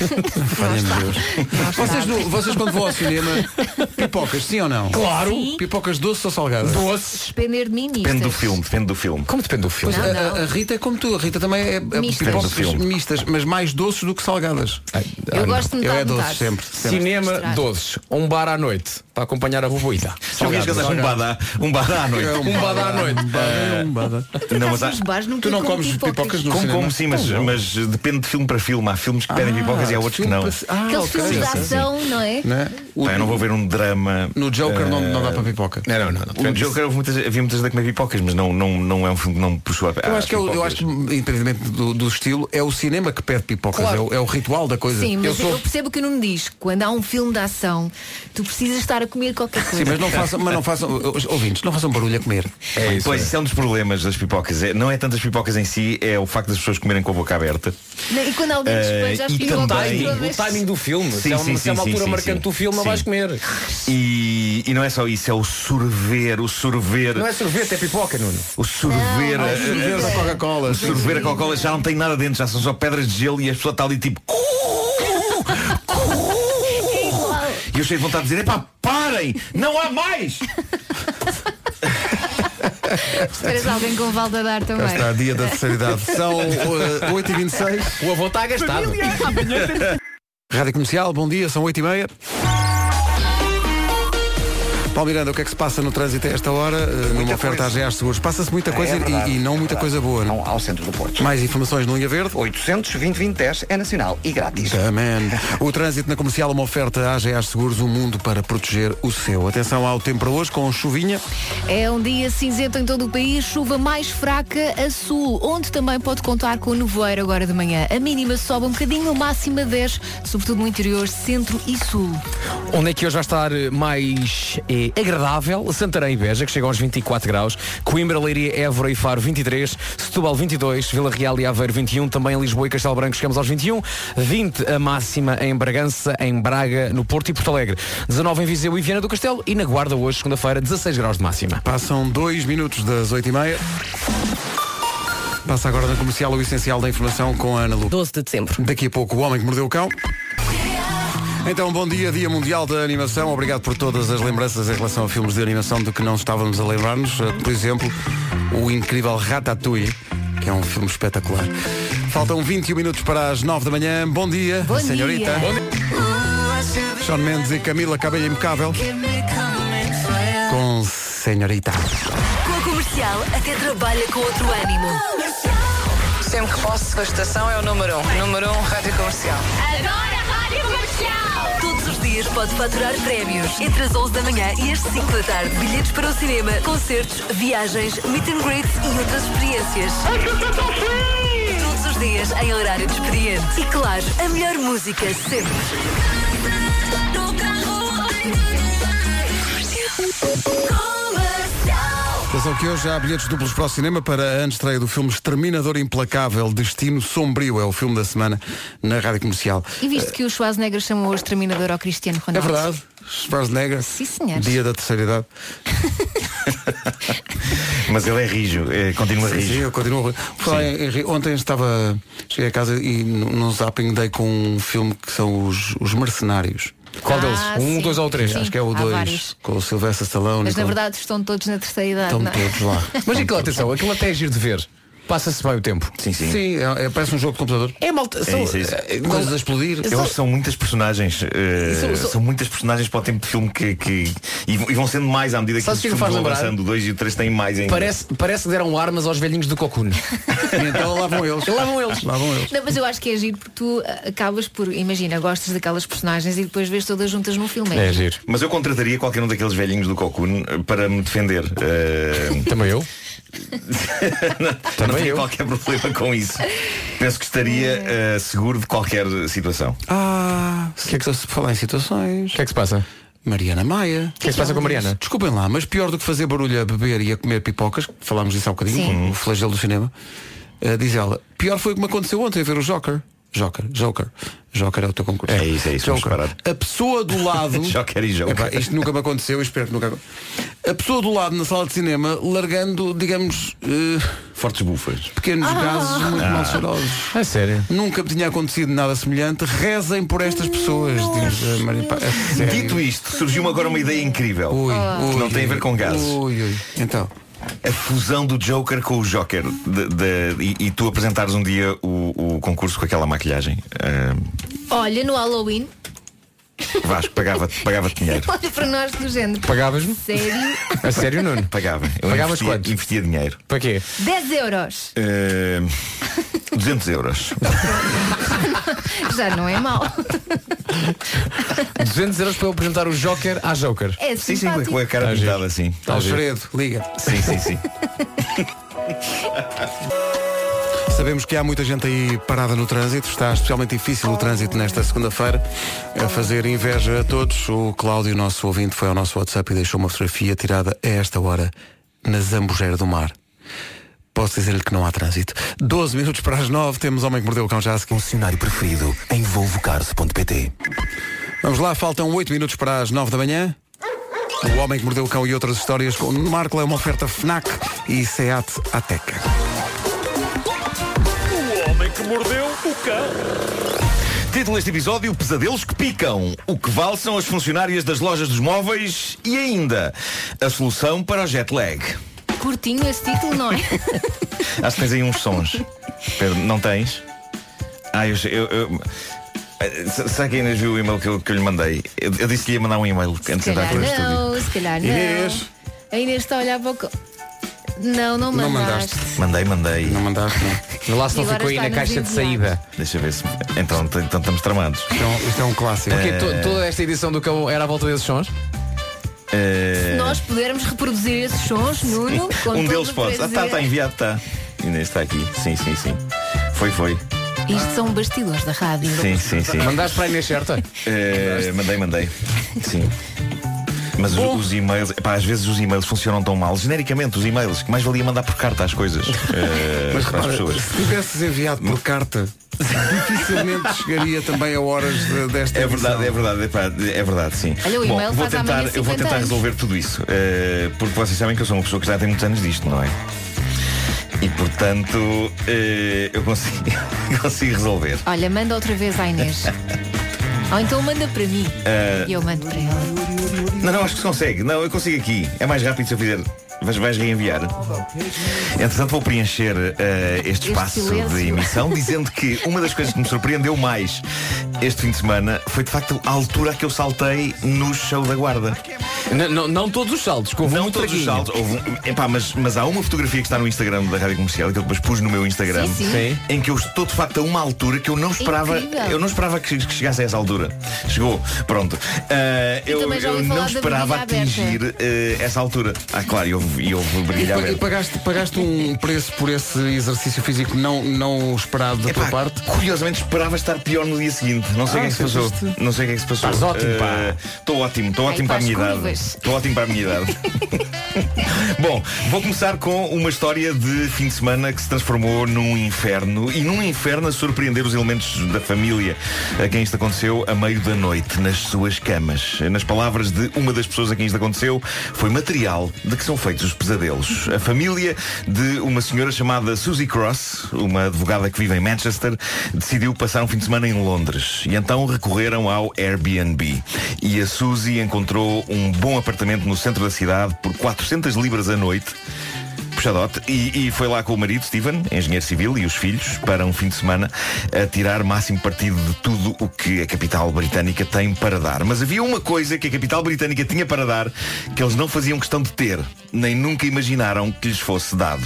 Speaker 2: Valha-me Deus. Vocês, no- vocês quando vão ao
Speaker 1: [LAUGHS]
Speaker 2: cinema, pipocas, sim ou não?
Speaker 4: Claro.
Speaker 1: Sim.
Speaker 2: Pipocas doces ou salgadas?
Speaker 4: Doces.
Speaker 1: Depender de mim
Speaker 3: Depende do
Speaker 1: nisto.
Speaker 3: filme, depende do filme.
Speaker 4: Como depende do filme?
Speaker 2: Pois, a- a, a Rita é como tu, a Rita também é é
Speaker 1: Mistas.
Speaker 2: pipocas
Speaker 3: Depende do filme.
Speaker 2: mistas, mas mais doces do que salgadas.
Speaker 1: Eu gosto de
Speaker 2: Eu
Speaker 1: metade
Speaker 2: é doces
Speaker 1: metade.
Speaker 2: sempre. sempre.
Speaker 4: Cinema
Speaker 1: Misturar.
Speaker 4: Ah, doces, um bar à noite para acompanhar a boboída.
Speaker 3: Se alguém esquecer um badá, um badá à
Speaker 2: É
Speaker 3: noite.
Speaker 4: Um badá à noite.
Speaker 2: badá, um badá.
Speaker 3: Não,
Speaker 1: Mas nos bares nunca
Speaker 2: Tu não
Speaker 1: como
Speaker 2: comes
Speaker 1: pipocas.
Speaker 2: pipocas no cinema?
Speaker 3: Como,
Speaker 2: Então um.
Speaker 3: como sim, mas, mas depende de filme para filme. Há filmes que pedem pipocas e há outros que não.
Speaker 2: Ah,
Speaker 1: Aqueles
Speaker 2: ok.
Speaker 1: filmes de
Speaker 2: Sim, sim.
Speaker 1: ação, não é?
Speaker 2: Né? O-
Speaker 3: Pá, eu não vou Eh, ver um drama.
Speaker 2: No Joker não, não dá para pipoca.
Speaker 4: Não, não, não. não.
Speaker 3: O
Speaker 4: Depende
Speaker 3: Joker houve muitas, havia muita gente a comer pipocas, mas não, não, não é um filme que não me puxou a
Speaker 2: Eu acho, que é
Speaker 3: tipo
Speaker 2: o- eu acho que, independentemente do, do estilo, é o cinema que pede pipocas,
Speaker 4: Claro.
Speaker 2: é, o, é o ritual da coisa.
Speaker 1: Sim, mas eu,
Speaker 4: Eu sou-
Speaker 1: percebo o que o Nuno diz. Quando há um filme de ação, tu precisas estar a comer qualquer coisa.
Speaker 2: Sim, mas não façam, mas não façam, os ouvintes, não façam barulho a comer.
Speaker 4: É isso.
Speaker 3: Pois,
Speaker 4: é.
Speaker 3: isso é um dos problemas das pipocas. É- não é tantas pipocas em si, é o facto das pessoas comerem com a boca aberta.
Speaker 1: Não, E quando alguém
Speaker 3: Eh,
Speaker 1: despeja as
Speaker 3: e
Speaker 1: pipocas
Speaker 3: também-
Speaker 1: todas-
Speaker 4: O timing do filme. se
Speaker 3: Sim,
Speaker 4: é uma,
Speaker 3: sim,
Speaker 4: se é uma
Speaker 3: sim,
Speaker 4: altura
Speaker 3: sim,
Speaker 4: marcante
Speaker 3: sim.
Speaker 4: do filme, não
Speaker 3: Sim.
Speaker 4: vais comer.
Speaker 3: E, e não é só isso, é o sorver, o sorver.
Speaker 4: Não é sorvete, é pipoca, Nuno.
Speaker 3: O sorver.
Speaker 1: Não,
Speaker 3: a-
Speaker 1: é o sorver
Speaker 3: a-
Speaker 1: da
Speaker 2: Coca-Cola,
Speaker 3: O
Speaker 2: sim,
Speaker 3: sorver a Coca-Cola já não tem nada dentro, já são só pedras de gelo e a pessoa está ali tipo.
Speaker 1: [LAUGHS]
Speaker 3: E eu cheio de vontade de dizer, epá, parem! Não há mais!
Speaker 1: Esperas alguém com valda dar também.
Speaker 2: Está dia da terceira idade. São uh, 8h26.
Speaker 4: O avô está gastado.
Speaker 2: Rádio Comercial, bom dia, são 8h30. Paulo Miranda, o que é que se passa no trânsito a esta hora? eh, numa oferta à GEAS Seguros. Passa-se muita
Speaker 3: É
Speaker 2: coisa é, e- e,
Speaker 10: é
Speaker 2: não muita coisa boa. Não? é?
Speaker 10: ao centro do Porto.
Speaker 2: Mais informações no Linha Verde.
Speaker 10: 820-2010 é nacional e grátis.
Speaker 2: Amém. O trânsito na comercial, uma oferta à GEAS Seguros, um mundo para proteger o seu. Atenção ao tempo para hoje com chuvinha.
Speaker 1: É um dia cinzento em todo o país, chuva mais fraca a sul, onde também pode contar com o nevoeiro agora de manhã. A mínima sobe um bocadinho, a máxima 10, sobretudo no interior centro e sul.
Speaker 4: Onde é que hoje vai estar eh, mais eh, agradável? Santarém e Beja, que chega aos 24 graus. Coimbra, Leiria, Évora e Faro, 23. Setúbal, 22. Vila Real e Aveiro, 21. Também em Lisboa e Castelo Branco chegamos aos 21. 20 a máxima em Bragança, em Braga, no Porto e Porto Alegre. 19 em Viseu e Viana do Castelo. E na Guarda, hoje, segunda-feira, 16 graus de máxima.
Speaker 2: Passam dois minutos das 8h30. Passa agora na comercial o essencial da informação com a Ana Lu.
Speaker 5: 12 de dezembro.
Speaker 2: Daqui a pouco, O Homem que Mordeu o Cão. Então, bom dia, Dia Mundial da Animação. Obrigado por todas as lembranças em relação a filmes de animação de que não estávamos a lembrar-nos. Eh, Por exemplo, o incrível Ratatouille, que é um filme espetacular. Faltam 21 minutos para as 9 da manhã. Bom dia,
Speaker 1: Bom
Speaker 2: senhorita.
Speaker 1: dia.
Speaker 2: Bom Sean Mendes e Camila Cabello Impecável com Senhorita.
Speaker 6: Com a comercial, até trabalha com outro ânimo.
Speaker 11: Sempre que posso, a estação é o número 1. Um. Número 1, um, rádio comercial.
Speaker 6: Adoro a rádio comercial! Todos os dias pode faturar prémios. Entre as 11 da manhã e as 5 da tarde. Bilhetes para o cinema, concertos, viagens, meet and greets e outras experiências. Todos os dias em horário de expediente. E claro, a melhor música sempre. No carro,
Speaker 2: Atenção que hoje há bilhetes duplos para o cinema para a estreia do filme Exterminador Implacável, Destino Sombrio, é o filme da semana na Rádio Comercial.
Speaker 1: E visto que o Schwarzenegger chamou o exterminador ao Cristiano
Speaker 2: É
Speaker 1: Ronaldo.
Speaker 2: verdade, Schwarzenegger,
Speaker 1: Sim, senhor.
Speaker 2: dia da terceira idade.
Speaker 3: Mas ele é rijo, eh, continua
Speaker 2: Sim,
Speaker 3: rijo.
Speaker 2: eu continuo. Falar em- em rir. é, ontem estava. Cheguei a casa e num num zapping dei com um filme que são os, os Mercenários.
Speaker 4: Qual
Speaker 1: Ah,
Speaker 4: deles? Um,
Speaker 1: sim.
Speaker 4: dois ou três?
Speaker 1: Sim.
Speaker 2: Acho que é o
Speaker 1: há vários.
Speaker 2: 2 com o Sylvester Stallone.
Speaker 1: Mas
Speaker 2: e
Speaker 1: na
Speaker 2: com-
Speaker 1: verdade estão todos na terceira idade.
Speaker 2: Estão
Speaker 1: não é?
Speaker 2: Então- todos
Speaker 1: [LAUGHS]
Speaker 2: lá.
Speaker 4: Mas
Speaker 2: Estão
Speaker 4: aquilo,
Speaker 2: todos.
Speaker 4: atenção, aquilo até é giro de ver. Passa-se bem o tempo.
Speaker 3: Sim, sim.
Speaker 2: Sim, é- é- parece um jogo de computador.
Speaker 4: É malta.
Speaker 3: são- isso, é isso. eh,
Speaker 2: Coisas a explodir.
Speaker 3: Eu acho que são muitas personagens. eh,
Speaker 4: São-
Speaker 3: são,
Speaker 4: são-
Speaker 3: muitas personagens para o tempo de filme que. que- e, e vão sendo mais à medida que
Speaker 4: Sabe
Speaker 3: os
Speaker 4: o que me
Speaker 3: filmes
Speaker 4: faz
Speaker 3: vão
Speaker 4: lembrar?
Speaker 3: avançando. O 2 e o 3 têm mais ainda.
Speaker 4: Parece, parece que deram armas aos velhinhos
Speaker 2: [LAUGHS]
Speaker 4: do Cocoon.
Speaker 2: E então lá vão eles.
Speaker 4: Lá vão eles.
Speaker 2: Lá vão eles.
Speaker 1: Não, mas eu acho que é giro porque tu ah, acabas por, imagina, gostas daquelas personagens e depois vês todas juntas num filme.
Speaker 4: É giro.
Speaker 3: Mas eu contrataria qualquer um daqueles velhinhos do Cocoon eh, para me defender.
Speaker 4: [LAUGHS]
Speaker 3: Eh,
Speaker 4: Também eu.
Speaker 3: não
Speaker 4: Também
Speaker 3: tenho
Speaker 4: eu.
Speaker 3: qualquer problema com isso. Penso que estaria eh, seguro de qualquer situação.
Speaker 2: Ah, se é que se falar em situações.
Speaker 4: O que é que se passa?
Speaker 2: Mariana Maia.
Speaker 4: O que é que se passa com a Mariana?
Speaker 2: Desculpem lá, mas pior do que fazer barulho a beber e a comer pipocas, que falámos disso há bocadinho,
Speaker 1: Sim.
Speaker 2: com o flagelo do cinema, eh, diz ela, pior foi o que me aconteceu ontem a ver o Joker. Joker, Joker. Joker é o teu concurso.
Speaker 3: É isso, é isso, vamos
Speaker 2: Joker.
Speaker 3: parar.
Speaker 2: A pessoa do lado.
Speaker 3: Joker e Joker.
Speaker 2: Epá, isto nunca me aconteceu, eu espero que nunca A pessoa do lado na sala de cinema largando, digamos, eh,
Speaker 3: Fortes bufas.
Speaker 2: pequenos gases muito mal cheirosos.
Speaker 4: É sério.
Speaker 2: Nunca me tinha acontecido nada semelhante. Rezem por estas pessoas, diz a Maria Pá. a sério.
Speaker 3: Dito isto, surgiu-me agora uma ideia incrível.
Speaker 2: Ui,
Speaker 3: que
Speaker 2: ui,
Speaker 3: não tem a ver com gases.
Speaker 2: Ui, ui. Então,
Speaker 3: A fusão do Joker com o Joker. De- de- e, e tu apresentares um dia o, o concurso com aquela maquilhagem. Eh,
Speaker 1: Olha, no Halloween,
Speaker 3: Vasco, pagava- pagava-te dinheiro.
Speaker 1: [LAUGHS] olha para nós do género.
Speaker 4: Pagavas-me?
Speaker 1: Sério?
Speaker 4: A sério, Nuno?
Speaker 3: Pagava. Eu
Speaker 4: Pagavas
Speaker 3: investia,
Speaker 4: quanto?
Speaker 3: investia dinheiro.
Speaker 4: Para quê?
Speaker 1: 10 euros. [LAUGHS]
Speaker 3: [LAUGHS] Eh, 200 euros.
Speaker 1: Já não é mau.
Speaker 4: 200 euros para eu apresentar o Joker à Joker.
Speaker 1: É
Speaker 3: Sim, sim, com a-
Speaker 1: simpático.
Speaker 3: com a cara
Speaker 4: Ah, giro.
Speaker 3: pintada assim.
Speaker 2: Alfredo, liga.
Speaker 3: Sim, sim, sim.
Speaker 2: Sabemos que há muita gente aí parada no trânsito, está especialmente difícil o trânsito nesta segunda-feira, a fazer inveja a todos. O Cláudio, nosso ouvinte, foi ao nosso WhatsApp e deixou uma fotografia tirada a esta hora na Zambujeira do Mar. Posso dizer-lhe que não há trânsito. 12 minutos para as 9, temos Homem que Mordeu o Cão já a seguir.
Speaker 12: Funcionário Um preferido em volvocars.pt
Speaker 2: Vamos lá, faltam 8 minutos para as 9 da manhã. O Homem que Mordeu o Cão e outras histórias com Nuno Marco é uma oferta FNAC e SEAT Ateca.
Speaker 7: O homem que mordeu o cão.
Speaker 3: [LAUGHS] Título deste episódio, Pesadelos que Picam. O que vale são as funcionárias das lojas dos móveis e ainda a solução para o jet lag.
Speaker 1: Curtinho esse título, não é?
Speaker 3: Acho que tens aí uns sons. Pedro, não tens? Ah, eu. eu, eu... eh, se- Será que a Inês viu o e-mail que eu, que eu lhe mandei? Eu, eu disse que lhe ia mandar um e-mail antes
Speaker 1: Se
Speaker 3: de entrar
Speaker 1: calhar
Speaker 3: aqui no estúdio.
Speaker 1: não, se calhar
Speaker 2: Inês.
Speaker 1: não. A Inês está a olhar para o. co- Não, não
Speaker 2: Não
Speaker 1: mandaste.
Speaker 2: mandaste.
Speaker 3: Mandei, mandei.
Speaker 2: Não mandaste, não.
Speaker 4: É, Lá se não
Speaker 1: E agora
Speaker 4: ficou aí
Speaker 1: está
Speaker 4: na
Speaker 1: nos
Speaker 4: caixa de
Speaker 1: enviados.
Speaker 4: saída.
Speaker 3: Deixa eu ver se. Então, t- então estamos tramados.
Speaker 2: Isto é um, isto é um clássico.
Speaker 4: Porque to- toda esta edição do cão era à volta desses sons?
Speaker 1: Se nós pudermos reproduzir esses sons, Nuno, com
Speaker 3: É. Eh, [LAUGHS] um
Speaker 1: todo
Speaker 3: deles
Speaker 1: o
Speaker 3: pode. Ah,
Speaker 1: prazer.
Speaker 3: está, está enviado, está. Inês está aqui. Sim, sim, sim. Foi, foi.
Speaker 1: Isto são bastidores da rádio.
Speaker 3: Sim, sim, sim.
Speaker 4: Mandaste para a Inês certa?
Speaker 3: Eh, mandei, mandei. Sim. Mas os, os e-mails, pá, às vezes os e-mails funcionam tão mal, genericamente os e-mails, que mais valia mandar por carta
Speaker 2: [LAUGHS]
Speaker 3: as coisas eh,
Speaker 2: Mas
Speaker 3: para as
Speaker 2: repara,
Speaker 3: pessoas.
Speaker 2: se tivesses enviado por carta, dificilmente chegaria também a horas de- desta
Speaker 3: É verdade, é
Speaker 2: emissão.
Speaker 3: verdade, é, pá, é verdade, sim.
Speaker 1: Olha, o
Speaker 3: Bom,
Speaker 1: e-mail
Speaker 3: vou
Speaker 1: faz
Speaker 3: tentar,
Speaker 1: amanhã
Speaker 3: eu vou
Speaker 1: 50
Speaker 3: tentar
Speaker 1: anos.
Speaker 3: resolver tudo isso, eh, porque vocês sabem que eu sou uma pessoa que já tem muitos anos disto, não é? E portanto, eh, eu consigo, [LAUGHS] consigo resolver.
Speaker 1: Olha, manda outra vez à Inês. Ou então manda para mim. E eu mando para ela.
Speaker 3: Não, não, acho que se consegue. Não, eu consigo aqui. É mais rápido se eu fizer. vais, vais reenviar. Entretanto, vou preencher eh, este
Speaker 13: Este
Speaker 3: espaço
Speaker 13: silêncio.
Speaker 3: de emissão dizendo que uma das coisas que me surpreendeu mais este fim de semana foi de facto a altura a que eu saltei no show da guarda.
Speaker 4: Não, todos os saltos, houve
Speaker 3: não
Speaker 4: um
Speaker 3: todos os
Speaker 4: traguinho.
Speaker 3: saltos. houve um- epá, mas, mas há uma fotografia que está no Instagram da Rádio Comercial, que eu depois pus no meu Instagram,
Speaker 13: Sim, sim. Sim.
Speaker 3: em que eu estou de facto a uma altura que eu não esperava.
Speaker 13: Incrível.
Speaker 3: Eu não esperava que, que chegasse a essa altura. Chegou, pronto. Eh,
Speaker 13: Eu
Speaker 3: eu
Speaker 13: também já
Speaker 3: eu
Speaker 13: ouvi falar
Speaker 3: não
Speaker 13: da
Speaker 3: esperava
Speaker 13: Brigada Aberta.
Speaker 3: atingir eh, essa altura. Ah, claro, e houve, e houve
Speaker 13: [LAUGHS]
Speaker 2: E,
Speaker 3: brilhar.
Speaker 2: pa- e pagaste, pagaste um preço por esse exercício físico não, não esperado da tua parte?
Speaker 3: Curiosamente esperava estar pior no dia seguinte. Não sei o
Speaker 2: Ah,
Speaker 3: que é que se passou.
Speaker 2: sentiste?
Speaker 3: Não sei o que é que se passou.
Speaker 2: Estás ótimo, pá.
Speaker 3: Eh, Estou ótimo, estou
Speaker 13: Ai,
Speaker 3: ótimo
Speaker 13: pá,
Speaker 3: para a minha
Speaker 13: tá as
Speaker 3: idade.
Speaker 13: curvas.
Speaker 3: Estou ótimo para a minha idade.
Speaker 13: [LAUGHS]
Speaker 3: Bom, vou começar com uma história de fim de semana que se transformou num inferno e num inferno a surpreender os elementos da família a quem isto aconteceu a meio da noite, nas suas camas. Nas palavras de uma das pessoas a quem isto aconteceu, foi material de que são feitos os pesadelos. A família de uma senhora chamada Susie Cross, uma advogada que vive em Manchester, decidiu passar um fim de semana em Londres e então recorreram ao Airbnb. E a Suzy encontrou um bom apartamento no centro da cidade por 400 libras a noite. Puxadote, e, e foi lá com o marido Steven, engenheiro civil, e os filhos para um fim de semana a tirar máximo partido de tudo o que a capital britânica tem para dar. Mas havia uma coisa que a capital britânica tinha para dar que eles não faziam questão de ter, nem nunca imaginaram que lhes fosse dado.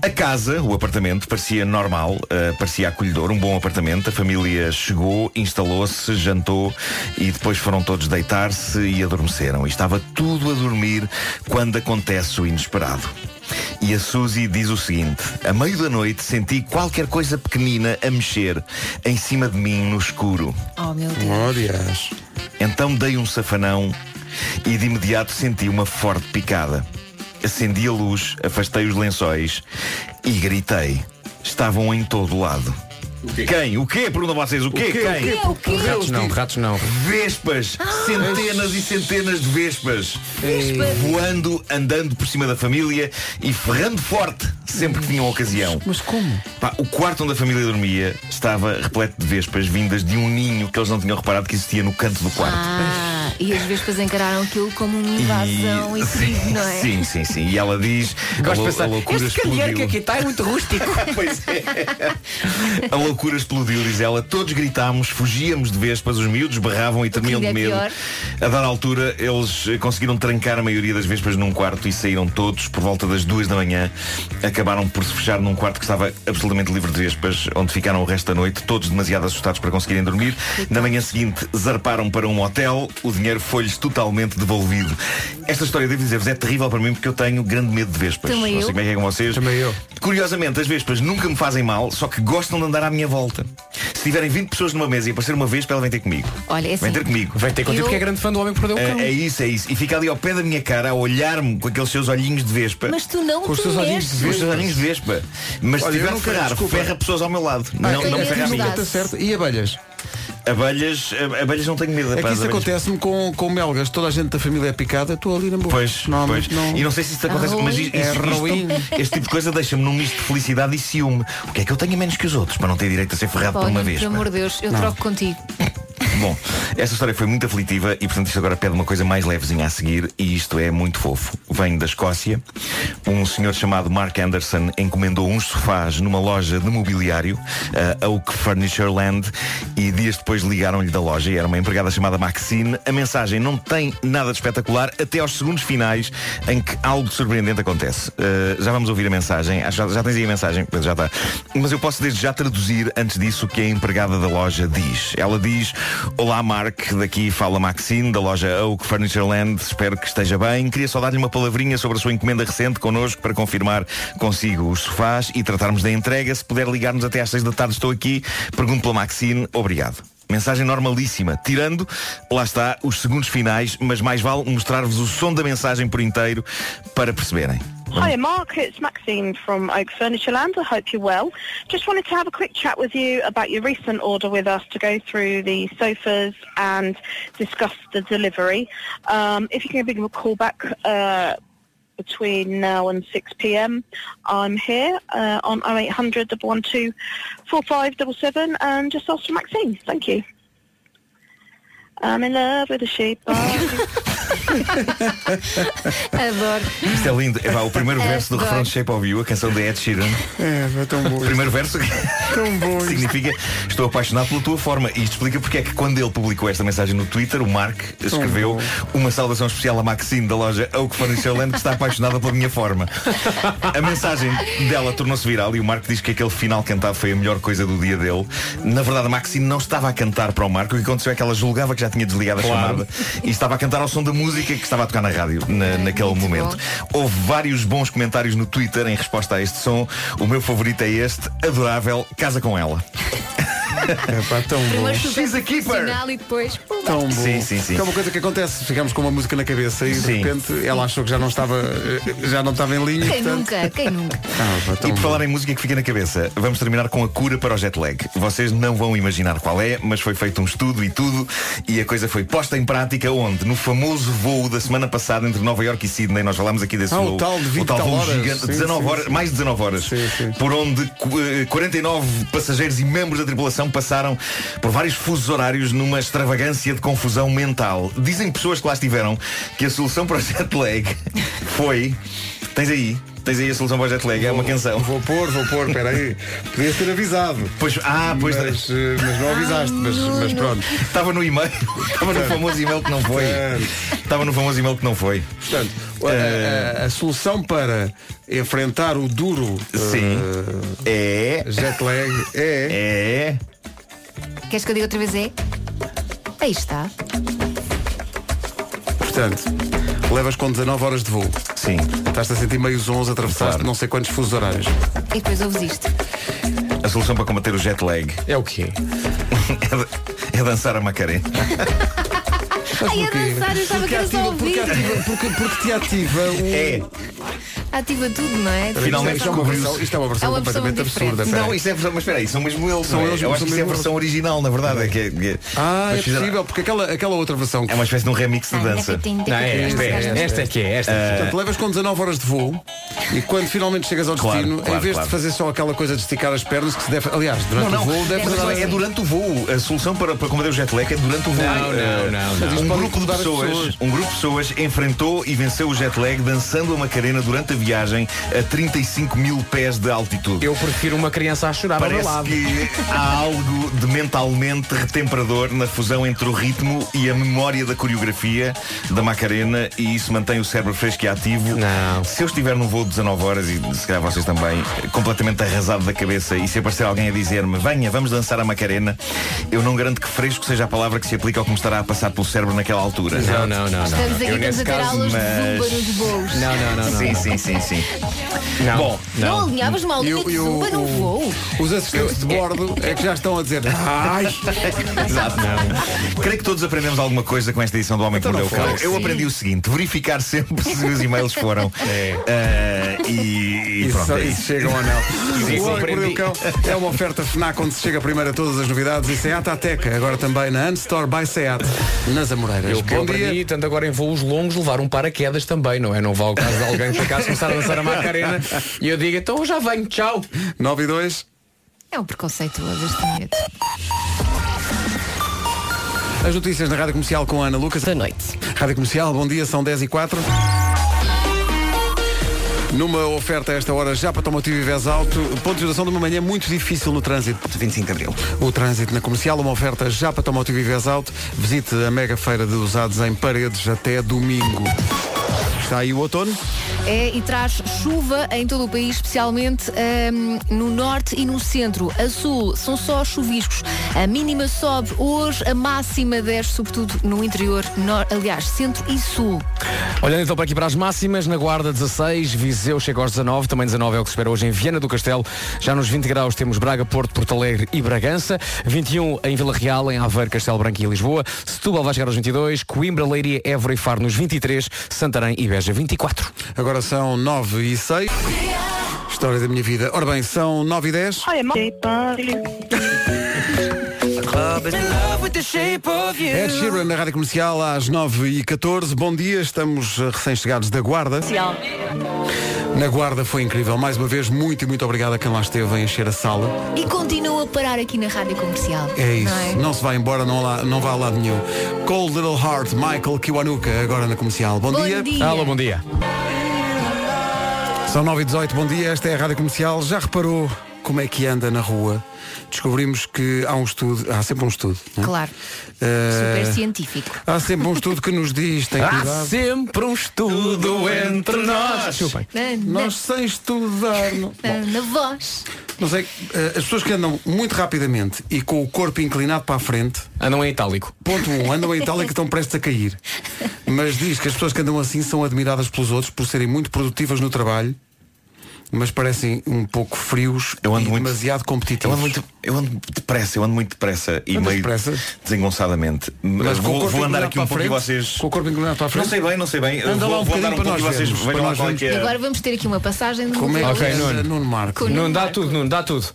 Speaker 3: A casa, o apartamento, parecia normal, eh, parecia acolhedor, um bom apartamento. A família chegou, instalou-se, jantou e depois foram todos deitar-se e adormeceram. E estava tudo a dormir quando acontece o inesperado. E a Suzy diz o seguinte: A meio da noite senti qualquer coisa pequenina a mexer em cima de mim no escuro.
Speaker 1: Oh, meu Deus.
Speaker 2: Glórias.
Speaker 3: Então dei um safanão e de imediato senti uma forte picada. Acendi a luz, afastei os lençóis e gritei. Estavam em todo lado. Quem? O quê? Perguntam vocês. O quê?
Speaker 13: O quê?
Speaker 3: Quem?
Speaker 1: É
Speaker 13: O quê? O quê? Ratos não,
Speaker 4: ratos não.
Speaker 3: Vespas. Centenas e centenas de vespas. Voando, andando por cima da família e ferrando forte sempre que tinham ocasião.
Speaker 2: Mas como?
Speaker 3: Pá, o quarto onde a família dormia estava repleto de vespas vindas de um ninho que eles não tinham reparado que existia no canto do quarto.
Speaker 1: Ah, e as vespas encararam aquilo como uma invasão e, perigo, não é?
Speaker 3: Sim, sim, sim. E ela diz. a,
Speaker 4: Gosto de
Speaker 3: lou-
Speaker 4: pensar,
Speaker 3: a loucura
Speaker 4: este candeeiro que
Speaker 3: explodiu.
Speaker 4: aqui está é muito rústico.
Speaker 3: [LAUGHS] pois é. A loucura explodiu, diz ela. Todos gritámos, fugíamos de vespas, os miúdos berravam e tremiam
Speaker 13: ainda
Speaker 3: de
Speaker 13: é
Speaker 3: medo.
Speaker 13: pior.
Speaker 3: A dada altura, eles eh, conseguiram trancar a maioria das vespas num quarto e saíram todos por volta das duas da manhã. Acabaram por se fechar num quarto que estava absolutamente livre de vespas, onde ficaram o resto da noite, todos demasiado assustados para conseguirem dormir. Na manhã seguinte, zarparam para um hotel, o dinheiro foi-lhes totalmente devolvido. Esta história, devo dizer-vos, é terrível para mim porque eu tenho grande medo de vespas.
Speaker 13: Também
Speaker 3: Não
Speaker 13: eu.
Speaker 3: sei como é que é com vocês. Também eu. Curiosamente, as vespas nunca me fazem mal, só que gostam de andar à minha volta. Se tiverem 20 pessoas numa mesa e aparecer uma vespa, ela vem ter comigo.
Speaker 1: Olha, é
Speaker 3: Vem
Speaker 1: assim,
Speaker 3: ter comigo.
Speaker 4: Vem ter
Speaker 2: tipo
Speaker 4: contigo porque é grande fã do homem que perdeu o
Speaker 3: É-
Speaker 4: cão.
Speaker 3: É, isso, é isso. E fica ali ao pé da minha cara a olhar-me com aqueles seus olhinhos de vespa.
Speaker 1: Mas tu não
Speaker 3: com os
Speaker 1: te
Speaker 3: seus olhinhos de
Speaker 1: mexes.
Speaker 3: vespa. Com os seus olhinhos de vespa. Mas
Speaker 2: Olha,
Speaker 3: se
Speaker 2: eu
Speaker 3: tiver
Speaker 2: não
Speaker 3: de
Speaker 2: quero,
Speaker 3: ferrar,
Speaker 2: desculpa.
Speaker 3: ferra pessoas ao meu lado.
Speaker 2: Ah,
Speaker 3: não
Speaker 2: tem
Speaker 3: não
Speaker 2: medo
Speaker 3: ferra a
Speaker 2: de
Speaker 3: mim.
Speaker 2: mudar. Tá certo. E abelhas?
Speaker 3: Abelhas, ab- abelhas não tenho medo.
Speaker 2: É
Speaker 3: pá,
Speaker 2: que
Speaker 3: as
Speaker 2: isso
Speaker 3: abelhas-
Speaker 2: acontece-me com, com melgas. Toda a gente da família é picada, estou ali na boca.
Speaker 3: Pois, pois. E não sei se
Speaker 1: Ah,
Speaker 3: isso acontece, mas isto,
Speaker 2: é
Speaker 3: isto-
Speaker 2: ruim.
Speaker 3: este tipo de coisa deixa-me num misto de felicidade e ciúme. O que é que eu tenho menos que os outros para não ter direito a ser ferrado por
Speaker 1: Olha,
Speaker 3: Um uma
Speaker 1: pelo
Speaker 3: vez?
Speaker 1: amor de Deus, eu
Speaker 3: Não.
Speaker 1: troco contigo.
Speaker 3: Bom, essa história foi muito aflitiva e portanto isto agora pede uma coisa mais levezinha a seguir e isto é muito fofo. Venho da Escócia. Um senhor chamado Mark Anderson encomendou uns sofás numa loja de mobiliário, eh, a Oak Furniture Land, e dias depois ligaram-lhe da loja e era uma empregada chamada Maxine. A mensagem não tem nada de espetacular até aos segundos finais em que algo surpreendente acontece. Uh, já vamos ouvir a mensagem. Ah, Já, já tens aí a mensagem, Pedro, já está. Mas eu posso desde já traduzir antes disso o que a empregada da loja diz. Ela diz: Olá, Mark, daqui fala Maxine, da loja Oak Furniture Land. Espero que esteja bem. Queria só dar-lhe uma palavrinha sobre a sua encomenda recente connosco para confirmar consigo os sofás e tratarmos da entrega. Se puder ligar-nos até às seis da tarde, estou aqui. Pergunto pela Maxine. Obrigado. Mensagem normalíssima, tirando, lá está, os segundos finais, mas mais vale mostrar-vos o som da mensagem por inteiro para perceberem.
Speaker 14: Hi, Mark. It's Maxine from Oak Furniture Land. I hope you're well. Just wanted to have a quick chat with you about your recent order with us to go through the sofas and discuss the delivery. Um, if you can give me a call back uh, between now and 6 p.m., I'm here uh, on 0800 112 4577 and
Speaker 8: [LAUGHS]
Speaker 14: just ask for Maxine. Thank you. I'm in love with a sheep.
Speaker 1: Adoro.
Speaker 3: Isto é lindo. É, pá, o primeiro
Speaker 1: Adoro.
Speaker 3: verso do refrão de Shape of You, a canção de Ed Sheeran.
Speaker 2: É, é tão bom.
Speaker 3: O primeiro verso significa estou apaixonado pela tua forma. E isto explica porque é que quando ele publicou esta mensagem no Twitter, o Mark escreveu uma saudação especial a Maxine da loja Oak Furniture Land que está apaixonada pela minha forma. A mensagem dela tornou-se viral e o Marco diz que aquele final cantado foi a melhor coisa do dia dele. Na verdade, a Maxine não estava a cantar para o Marco. O que aconteceu é que ela julgava que já tinha desligado a
Speaker 13: Claro.
Speaker 3: chamada e estava a cantar ao som da música que estava a tocar na rádio na- naquele momento. Houve vários bons comentários no Twitter em resposta a este som. O meu favorito é este, adorável, casa com ela.
Speaker 2: É pá, tão
Speaker 1: Primeiro
Speaker 2: bom.
Speaker 1: super profissional e depois. pum,
Speaker 2: Tão bom.
Speaker 3: Sim, sim, sim.
Speaker 2: Que é uma coisa que acontece, ficamos com uma música na cabeça e de repente ela achou que já não estava, eh, já não estava em linha.
Speaker 1: Quem
Speaker 2: portanto- Ah,
Speaker 1: nunca? Quem nunca?
Speaker 3: E por falar em música que fica na cabeça, vamos terminar com a cura para o jet lag. Vocês não vão imaginar qual é, mas foi feito um estudo e tudo, e a coisa foi posta em prática onde? No famoso voo da semana passada entre Nova York e Sydney, nós falámos aqui desse
Speaker 2: Ah, o
Speaker 3: voo.
Speaker 2: tal de 20
Speaker 3: o tal
Speaker 2: tal
Speaker 3: voo
Speaker 2: horas.
Speaker 3: gigante,
Speaker 2: Sim,
Speaker 3: 19
Speaker 2: sim,
Speaker 3: horas,
Speaker 2: sim.
Speaker 3: mais de 19 horas, por onde cu- eh, 49 passageiros e membros da tripulação passaram por vários fusos horários numa extravagância de confusão mental. Dizem pessoas que lá estiveram que a solução para o jet lag
Speaker 2: [LAUGHS]
Speaker 3: foi. Tens aí. Tens aí a solução para o jet lag, é uma canção.
Speaker 2: Vou pôr, vou pôr, peraí. Podias ter avisado.
Speaker 3: Pois, ah, pois Ah,
Speaker 2: mas, eh, mas não avisaste, mas, mas pronto.
Speaker 3: Estava no e-mail, [LAUGHS] estava no famoso e-mail que não foi. Estava no famoso e-mail que não foi.
Speaker 2: Portanto, a- a, a solução para enfrentar o duro eh,
Speaker 3: Sim. é
Speaker 2: jet lag
Speaker 3: é.
Speaker 1: Queres que eu diga outra vez? É? Aí está.
Speaker 2: Portanto, levas com 19 horas de voo.
Speaker 3: Sim.
Speaker 2: Estás-te a sentir meio zonzo, atravessaste não sei quantos fusos horários.
Speaker 1: E depois ouves isto.
Speaker 3: A solução para combater o jet lag. [LAUGHS]
Speaker 4: É o quê?
Speaker 3: é, dançar a Macarena.
Speaker 1: Ai, a dançar, eu estava que era só
Speaker 2: porque,
Speaker 1: ouvir.
Speaker 2: ativa, porque, porque te ativa o.
Speaker 3: É.
Speaker 1: Ativa tudo, não é?
Speaker 3: Finalmente
Speaker 2: isto é uma versão- isto é uma versão
Speaker 1: É uma versão
Speaker 2: completamente
Speaker 1: diferente.
Speaker 2: absurda. peraí.
Speaker 3: Não, isso é a versão, mas espera aí, são mesmo eles.
Speaker 2: São
Speaker 3: não é?
Speaker 2: eles,
Speaker 3: Eu
Speaker 2: mas
Speaker 3: acho que
Speaker 2: são
Speaker 3: isso é a
Speaker 2: mesmo
Speaker 3: versão original, na verdade. É que, é-
Speaker 2: Ah,
Speaker 3: mas
Speaker 2: é
Speaker 3: fizeram-
Speaker 2: possível, porque aquela, aquela outra versão.
Speaker 3: É uma espécie de um remix de dança.
Speaker 1: Não, é esta, é esta.
Speaker 4: Ah, Esta é que é, esta é que é.
Speaker 2: Portanto, levas com 19 horas de voo e quando finalmente chegas ao
Speaker 3: Claro,
Speaker 2: destino,
Speaker 3: claro,
Speaker 2: em vez
Speaker 3: claro.
Speaker 2: de fazer só aquela coisa de esticar as pernas, que se deve. Aliás, durante
Speaker 3: não,
Speaker 2: o
Speaker 3: não.
Speaker 2: voo deve
Speaker 3: Mas é durante o voo. A solução para, para combater o jet lag é durante o voo.
Speaker 4: Não, não,
Speaker 3: Eh,
Speaker 4: não, não.
Speaker 3: Um
Speaker 4: Pode
Speaker 3: grupo de
Speaker 4: incomodar as
Speaker 3: pessoas,
Speaker 4: pessoas.
Speaker 3: um grupo de pessoas enfrentou e venceu o jet lag dançando a Macarena durante a viagem a 35 mil pés de altitude.
Speaker 4: Eu prefiro uma criança a chorar ao meu
Speaker 3: Parece
Speaker 4: lado.
Speaker 3: que há algo de mentalmente retemperador na fusão entre o ritmo e a memória da coreografia da Macarena e isso mantém o cérebro fresco e ativo. Se eu estiver num voo de 19 horas e se calhar vocês também, completamente arrasado da cabeça e se aparecer alguém a dizer-me venha, vamos dançar a Macarena, eu não garanto que fresco seja a palavra que se aplica ao que me estará a passar pelo cérebro naquela altura.
Speaker 4: Não, não, não, não.
Speaker 1: Estamos aqui, estamos a ter aulas de zumba nos voos.
Speaker 4: Não, não, não, não.
Speaker 3: Sim,
Speaker 4: não.
Speaker 3: sim, sim, sim. Bom,
Speaker 1: Não alinhavas uma aulinha de zumba num voo?
Speaker 2: Os assistentes de bordo é que já estão a dizer. Ai!
Speaker 3: Exato. Creio que todos aprendemos alguma coisa com esta edição do Homem que
Speaker 2: Então
Speaker 3: Mordeu o
Speaker 2: não foi.
Speaker 3: Cão. Eu
Speaker 2: Sim.
Speaker 3: aprendi o seguinte, verificar sempre se os e-mails foram. Ah, e, e
Speaker 2: É. Isso,
Speaker 3: pronto. é
Speaker 2: isso
Speaker 3: isso.
Speaker 2: chegam ou não.
Speaker 3: Sim,
Speaker 2: o Homem
Speaker 3: sim.
Speaker 2: que Mordeu o Cão é uma oferta FNAC onde se chega primeiro a todas as novidades e Seat Ateca, agora também na Unstore by Seat, nas Amoreiras.
Speaker 4: Eu que é um
Speaker 2: Bom dia.
Speaker 4: aprendi, tanto agora em voos longos, levar um paraquedas também, não é? Não vá ao caso de alguém que acaso começar a dançar a Macarena e eu digo, então eu já venho, tchau.
Speaker 2: 9 e 2.
Speaker 1: É um preconceituoso este medo.
Speaker 2: As notícias na Rádio Comercial com a Ana Lucas. Da noite. Rádio Comercial, bom dia, são 10 e 4. Numa oferta a esta hora já para Tomotivo e Vez Alto, ponto de geração de uma manhã muito difícil no trânsito.
Speaker 10: 25 de Abril.
Speaker 2: O trânsito na comercial, uma oferta já para Tomotivo e Vez Alto. Visite a mega feira de usados em paredes até domingo. Está aí o outono.
Speaker 1: É e traz chuva em todo o país, especialmente hum, no norte e no centro. A sul são só chuviscos. A mínima sobe hoje, a máxima desce, sobretudo no interior, nor- aliás, centro e sul.
Speaker 4: Olhando então para aqui para as máximas, na Guarda 16, Viseu chega aos 19, também 19 é o que se espera hoje em Viana do Castelo. Já nos 20 graus temos Braga, Porto, Porto Alegre e Bragança. 21 em Vila Real, em Aveiro, Castelo Branco e Lisboa. Setúbal vai chegar aos 22, Coimbra, Leiria, Évora e Faro nos 23, Santarém e Beja 24.
Speaker 2: Agora são 9 e 6. História da minha vida. Ora bem, são 9 e 10.
Speaker 14: Hi, I'm
Speaker 13: club is in love with the shape of you.
Speaker 2: Ed Sheeran na Rádio Comercial às 9h14. Bom dia, estamos eh, recém-chegados da Guarda. Na Guarda foi incrível. Mais uma vez, muito e muito obrigado a quem lá esteve a encher a sala.
Speaker 1: E continua a parar aqui na rádio comercial.
Speaker 2: É isso.
Speaker 1: Não é?
Speaker 2: Não, se vai embora, não, lá, não vai a lado nenhum. Cold Little Heart, Michael Kiwanuka, agora na Comercial. Bom,
Speaker 1: Bom
Speaker 2: dia.
Speaker 1: dia. Alô, bom
Speaker 2: dia. São 9 e 18 bom dia, esta é a Rádio Comercial. Já reparou como é que anda na rua? Descobrimos que há um estudo, há sempre um estudo. não é?
Speaker 1: Claro.
Speaker 2: Eh,
Speaker 1: Super Ah, científico.
Speaker 2: Há sempre um estudo que nos diz,
Speaker 1: [LAUGHS]
Speaker 2: tem
Speaker 4: Há
Speaker 2: cuidado.
Speaker 4: sempre um estudo entre nós. Chupem.
Speaker 2: Nós sem estudar. não-
Speaker 1: Na, na voz.
Speaker 2: Não sei, eh, as pessoas que andam muito rapidamente e com o corpo inclinado para a frente.
Speaker 4: Andam em Ah, é itálico.
Speaker 2: Ponto 1, um, andam em itálico e estão prestes a cair. Mas diz que as pessoas que andam assim são admiradas pelos outros por serem muito produtivas no trabalho, mas parecem um pouco frios e demasiado competitivos.
Speaker 3: Eu ando muito, eu ando depressa, eu ando muito depressa e
Speaker 2: Andas
Speaker 3: meio
Speaker 2: depressa?
Speaker 3: desengonçadamente. Mas
Speaker 2: Mas com o
Speaker 3: vou,
Speaker 2: corpo
Speaker 3: vou andar
Speaker 2: inclinado
Speaker 3: aqui
Speaker 2: para a
Speaker 3: um pouco e
Speaker 2: frente,
Speaker 3: vocês.
Speaker 2: Com o corpo inclinado para a frente.
Speaker 3: Não sei bem, não sei bem. Eu
Speaker 2: Anda
Speaker 3: vou,
Speaker 2: lá um
Speaker 3: vou andar um
Speaker 2: bocadinho para
Speaker 3: pouco
Speaker 2: nós
Speaker 3: e vocês
Speaker 2: vermos,
Speaker 3: vejam
Speaker 2: para
Speaker 3: lá
Speaker 2: nós
Speaker 3: qual é que
Speaker 1: E
Speaker 3: é.
Speaker 1: agora vamos ter aqui uma passagem de
Speaker 2: Como é que
Speaker 1: Luís.
Speaker 2: é Nuno, Nuno Marco?
Speaker 1: Com Nuno
Speaker 4: dá tudo, Nuno, dá tudo.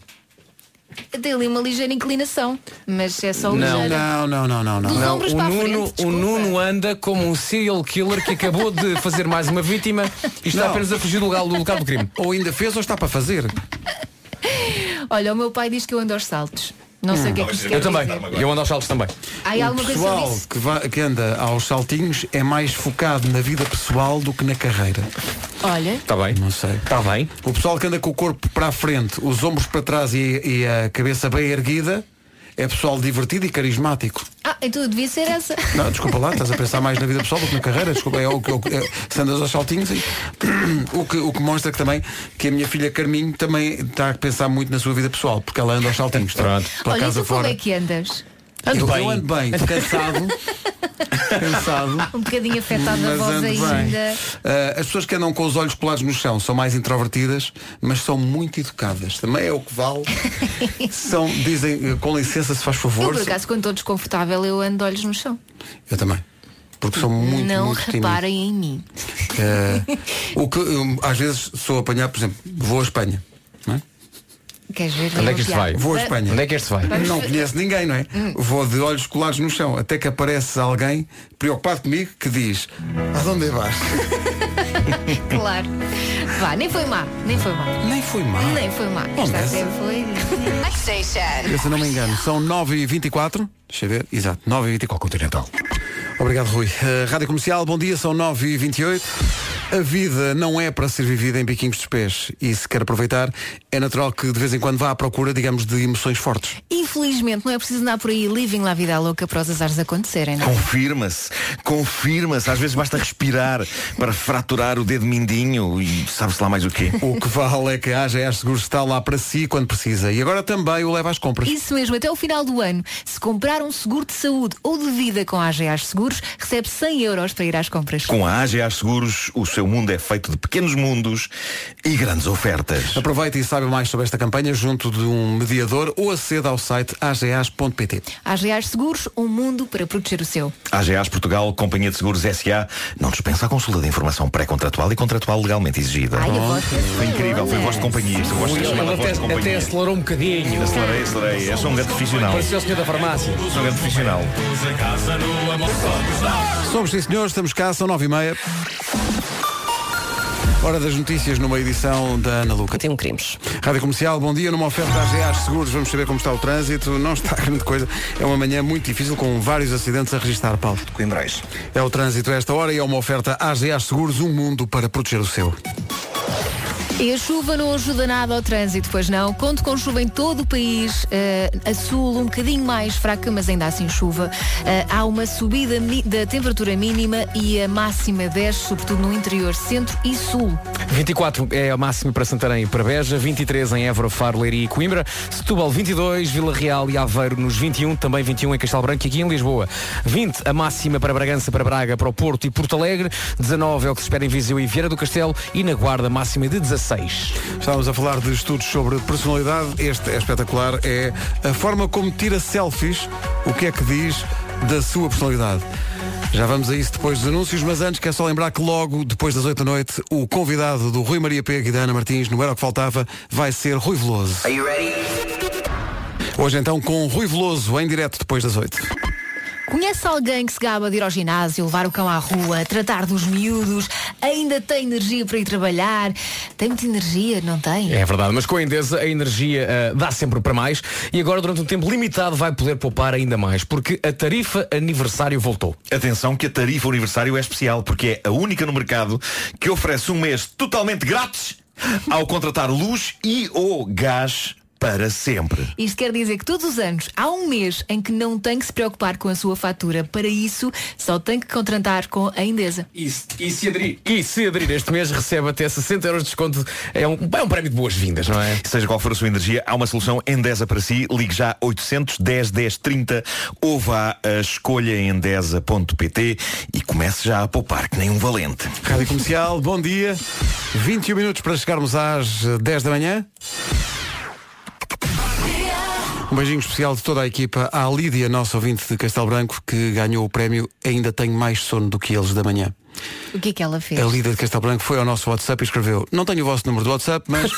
Speaker 1: Tem ali uma ligeira inclinação, mas é só ligeira.
Speaker 2: não, não, não, não, não.
Speaker 1: Dos
Speaker 4: Não,
Speaker 1: ombros
Speaker 4: o
Speaker 1: para a
Speaker 4: Nuno,
Speaker 1: frente,
Speaker 4: o Nuno anda como um serial killer que acabou de fazer mais uma vítima e está
Speaker 2: Não.
Speaker 4: apenas a fugir do lugar do, local do crime.
Speaker 2: Ou ainda fez ou está para fazer.
Speaker 1: Olha, o meu pai diz que eu ando aos saltos. Não sei o que é que isto quer
Speaker 4: Eu também.
Speaker 1: dizer.
Speaker 4: Eu ando aos saltos também.
Speaker 1: Há aí
Speaker 2: o
Speaker 1: alguma coisa
Speaker 2: pessoal
Speaker 1: sobre isso?
Speaker 2: que, vai- que anda aos saltinhos é mais focado na vida pessoal do que na carreira.
Speaker 1: Olha,
Speaker 4: Está Tá bem.
Speaker 2: Não sei.
Speaker 4: Está bem.
Speaker 2: O pessoal que anda com o corpo para a frente, os ombros para trás e, e a cabeça bem erguida é pessoal divertido e carismático.
Speaker 1: ah, então devia ser essa.
Speaker 2: Não, desculpa lá, estás a pensar mais na vida pessoal do que na carreira. Desculpa, é o que é o que- é- se andas aos saltinhos. e- [CLEARS THROAT] o, que, o que mostra que também que a minha filha Carminho também está a pensar muito na sua vida pessoal, porque ela anda aos saltinhos. tá? Pela
Speaker 1: Olha, e
Speaker 2: casa
Speaker 1: tu como
Speaker 2: fora.
Speaker 1: é que andas?
Speaker 2: eu, eu ando
Speaker 1: [LAUGHS]
Speaker 2: bem, cansado. cansado.
Speaker 1: Um bocadinho afetado a
Speaker 2: Mas
Speaker 1: voz
Speaker 2: ando bem.
Speaker 1: ainda.
Speaker 2: Ah, as pessoas que andam com os olhos colados no chão são mais introvertidas, mas são muito educadas. Também é o que
Speaker 1: [LAUGHS]
Speaker 2: vale. são, dizem, eh, com licença, se faz
Speaker 1: Eu
Speaker 2: favor.
Speaker 1: por acaso quando estou desconfortável eu ando de olhos no chão.
Speaker 2: Eu também. Porque são muito,
Speaker 1: não
Speaker 2: muito tímidos.
Speaker 1: reparem em mim.
Speaker 2: Ah, o que hum, às vezes sou apanhado, por exemplo, vou à Espanha. não é?
Speaker 1: Queres ver? Ah,
Speaker 2: Vou à Espanha.
Speaker 4: Onde é que este vai?
Speaker 1: Vamos
Speaker 2: Não
Speaker 1: ver. Hum.
Speaker 2: conheço ninguém, não é? Vou de olhos colados no chão, até que aparece alguém preocupado comigo que diz, aonde
Speaker 1: [LAUGHS]
Speaker 2: vais?
Speaker 1: Claro. Vá, nem foi má, nem foi má.
Speaker 2: Nem foi má.
Speaker 1: Nem foi má.
Speaker 2: Ah. Bom,
Speaker 1: Esta
Speaker 2: mas-
Speaker 1: até foi.
Speaker 2: Eu, se não me engano, são 9h24. Deixa eu ver, exato, 9h24 Continental. Obrigado, Rui. Eh, Rádio Comercial, bom dia, são 9h28. A vida não é para ser vivida em biquinhos dos pés e se quer aproveitar, é natural que de vez em quando vá à procura, digamos, de emoções fortes.
Speaker 1: Infelizmente não é preciso andar por aí living lá a vida à louca para os azares acontecerem, não é?
Speaker 3: Confirma-se, confirma-se. Às vezes basta respirar para fraturar o dedo mindinho e sabe-se lá mais o quê.
Speaker 2: O que vale é que a AGS Seguros está lá para si quando precisa e agora também o leva às compras.
Speaker 1: Isso mesmo, até o final do ano, se comprar um seguro de saúde ou de vida com a AGAs Seguros, recebe 100 euros para ir às compras.
Speaker 3: Com a AGA Seguros, o seu mundo é feito de pequenos mundos e grandes ofertas.
Speaker 2: Aproveita e saiba mais sobre esta campanha junto de um mediador ou aceda ao site agas.pt.
Speaker 1: AGAs Seguros, um mundo para proteger o seu.
Speaker 3: AGAs Portugal, Companhia de Seguros SA, não dispensa a consulta de informação pré-contratual e contratual legalmente exigida.
Speaker 1: Ai, eu gosto dessa
Speaker 3: foi incrível, foi voz de companhia. isto, eu gosto de chamar
Speaker 4: Ele
Speaker 3: voz de
Speaker 4: até, até
Speaker 3: companhia.
Speaker 4: acelerou um bocadinho.
Speaker 3: Acelerei, acelerei. Eu sou um grande profissional.
Speaker 4: Pareceu o senhor da farmácia.
Speaker 3: Sou um grande profissional.
Speaker 2: Somos sim senhores, estamos cá, são nove e meia. Hora das notícias numa edição da Ana Luca.
Speaker 5: Tem um crimes.
Speaker 2: Rádio Comercial, bom dia, numa oferta às GAs Seguros, vamos saber como está o trânsito, não está [LAUGHS] grande coisa, é uma manhã muito difícil com vários acidentes a registrar, Paulo.
Speaker 3: Coimbrais.
Speaker 2: É o trânsito a esta hora e é uma oferta às GAs Seguros, um mundo para proteger o seu.
Speaker 1: E a chuva não ajuda nada ao trânsito, pois não? Conto com chuva em todo o país, eh, a sul um bocadinho mais fraca, mas ainda assim chuva. Eh, há uma subida mi- da temperatura mínima e a máxima desce, sobretudo no interior centro e sul.
Speaker 4: 24 é a máxima para Santarém e para Beja, 23 em Évora, Faro, Leiria e Coimbra, Setúbal 22, Vila Real e Aveiro nos 21, também 21 em Castelo Branco e aqui em Lisboa. 20 a máxima para Bragança, para Braga, para o Porto e Porto Alegre, 19 é o que se espera em Viseu e Vieira do Castelo e na Guarda máxima de 16.
Speaker 2: Estávamos a falar de estudos sobre personalidade. Este é espetacular. É a forma como tira selfies. O que é que diz da sua personalidade? Já vamos a isso depois dos anúncios, mas antes quero só lembrar que logo depois das 8 da noite o convidado do Rui Maria Pego e da Ana Martins no Era o que Faltava vai ser Rui Veloso. Hoje então com Rui Veloso, em direto depois das 8.
Speaker 1: Conhece alguém que se gaba de ir ao ginásio, levar o cão à rua, tratar dos miúdos, ainda tem energia para ir trabalhar? Tem muita energia, não tem?
Speaker 4: É verdade, mas com a Endesa a energia ah, dá sempre para mais e agora durante um tempo limitado vai poder poupar ainda mais, porque a tarifa aniversário voltou.
Speaker 3: Atenção que a tarifa aniversário é especial porque é a única no mercado que oferece um mês totalmente grátis ao contratar luz e ou gás para sempre.
Speaker 1: Isto quer dizer que todos os anos há um mês em que não tem que se preocupar com a sua fatura. Para isso, só tem que contratar com a Endesa.
Speaker 4: E se, aderir? E se aderir este mês recebe até 60 euros de desconto. É um, é um prémio de boas-vindas, não é?
Speaker 3: Seja qual for a sua energia, há uma solução Endesa para si. Ligue já 810 10 30 ou vá a escolhaendesa.pt e comece já a poupar que nem um valente.
Speaker 2: Rádio Comercial, bom dia. 21 minutos para chegarmos às eh, 10 da manhã. Um beijinho especial de toda a equipa à Lídia, nossa ouvinte de Castelo Branco, que ganhou o prémio Ainda Tenho Mais Sono do que Eles da Manhã.
Speaker 1: O que é que ela fez?
Speaker 2: A Lídia de Castelo Branco foi ao nosso WhatsApp e escreveu Não tenho o vosso número do WhatsApp,
Speaker 1: [LAUGHS]
Speaker 2: mas...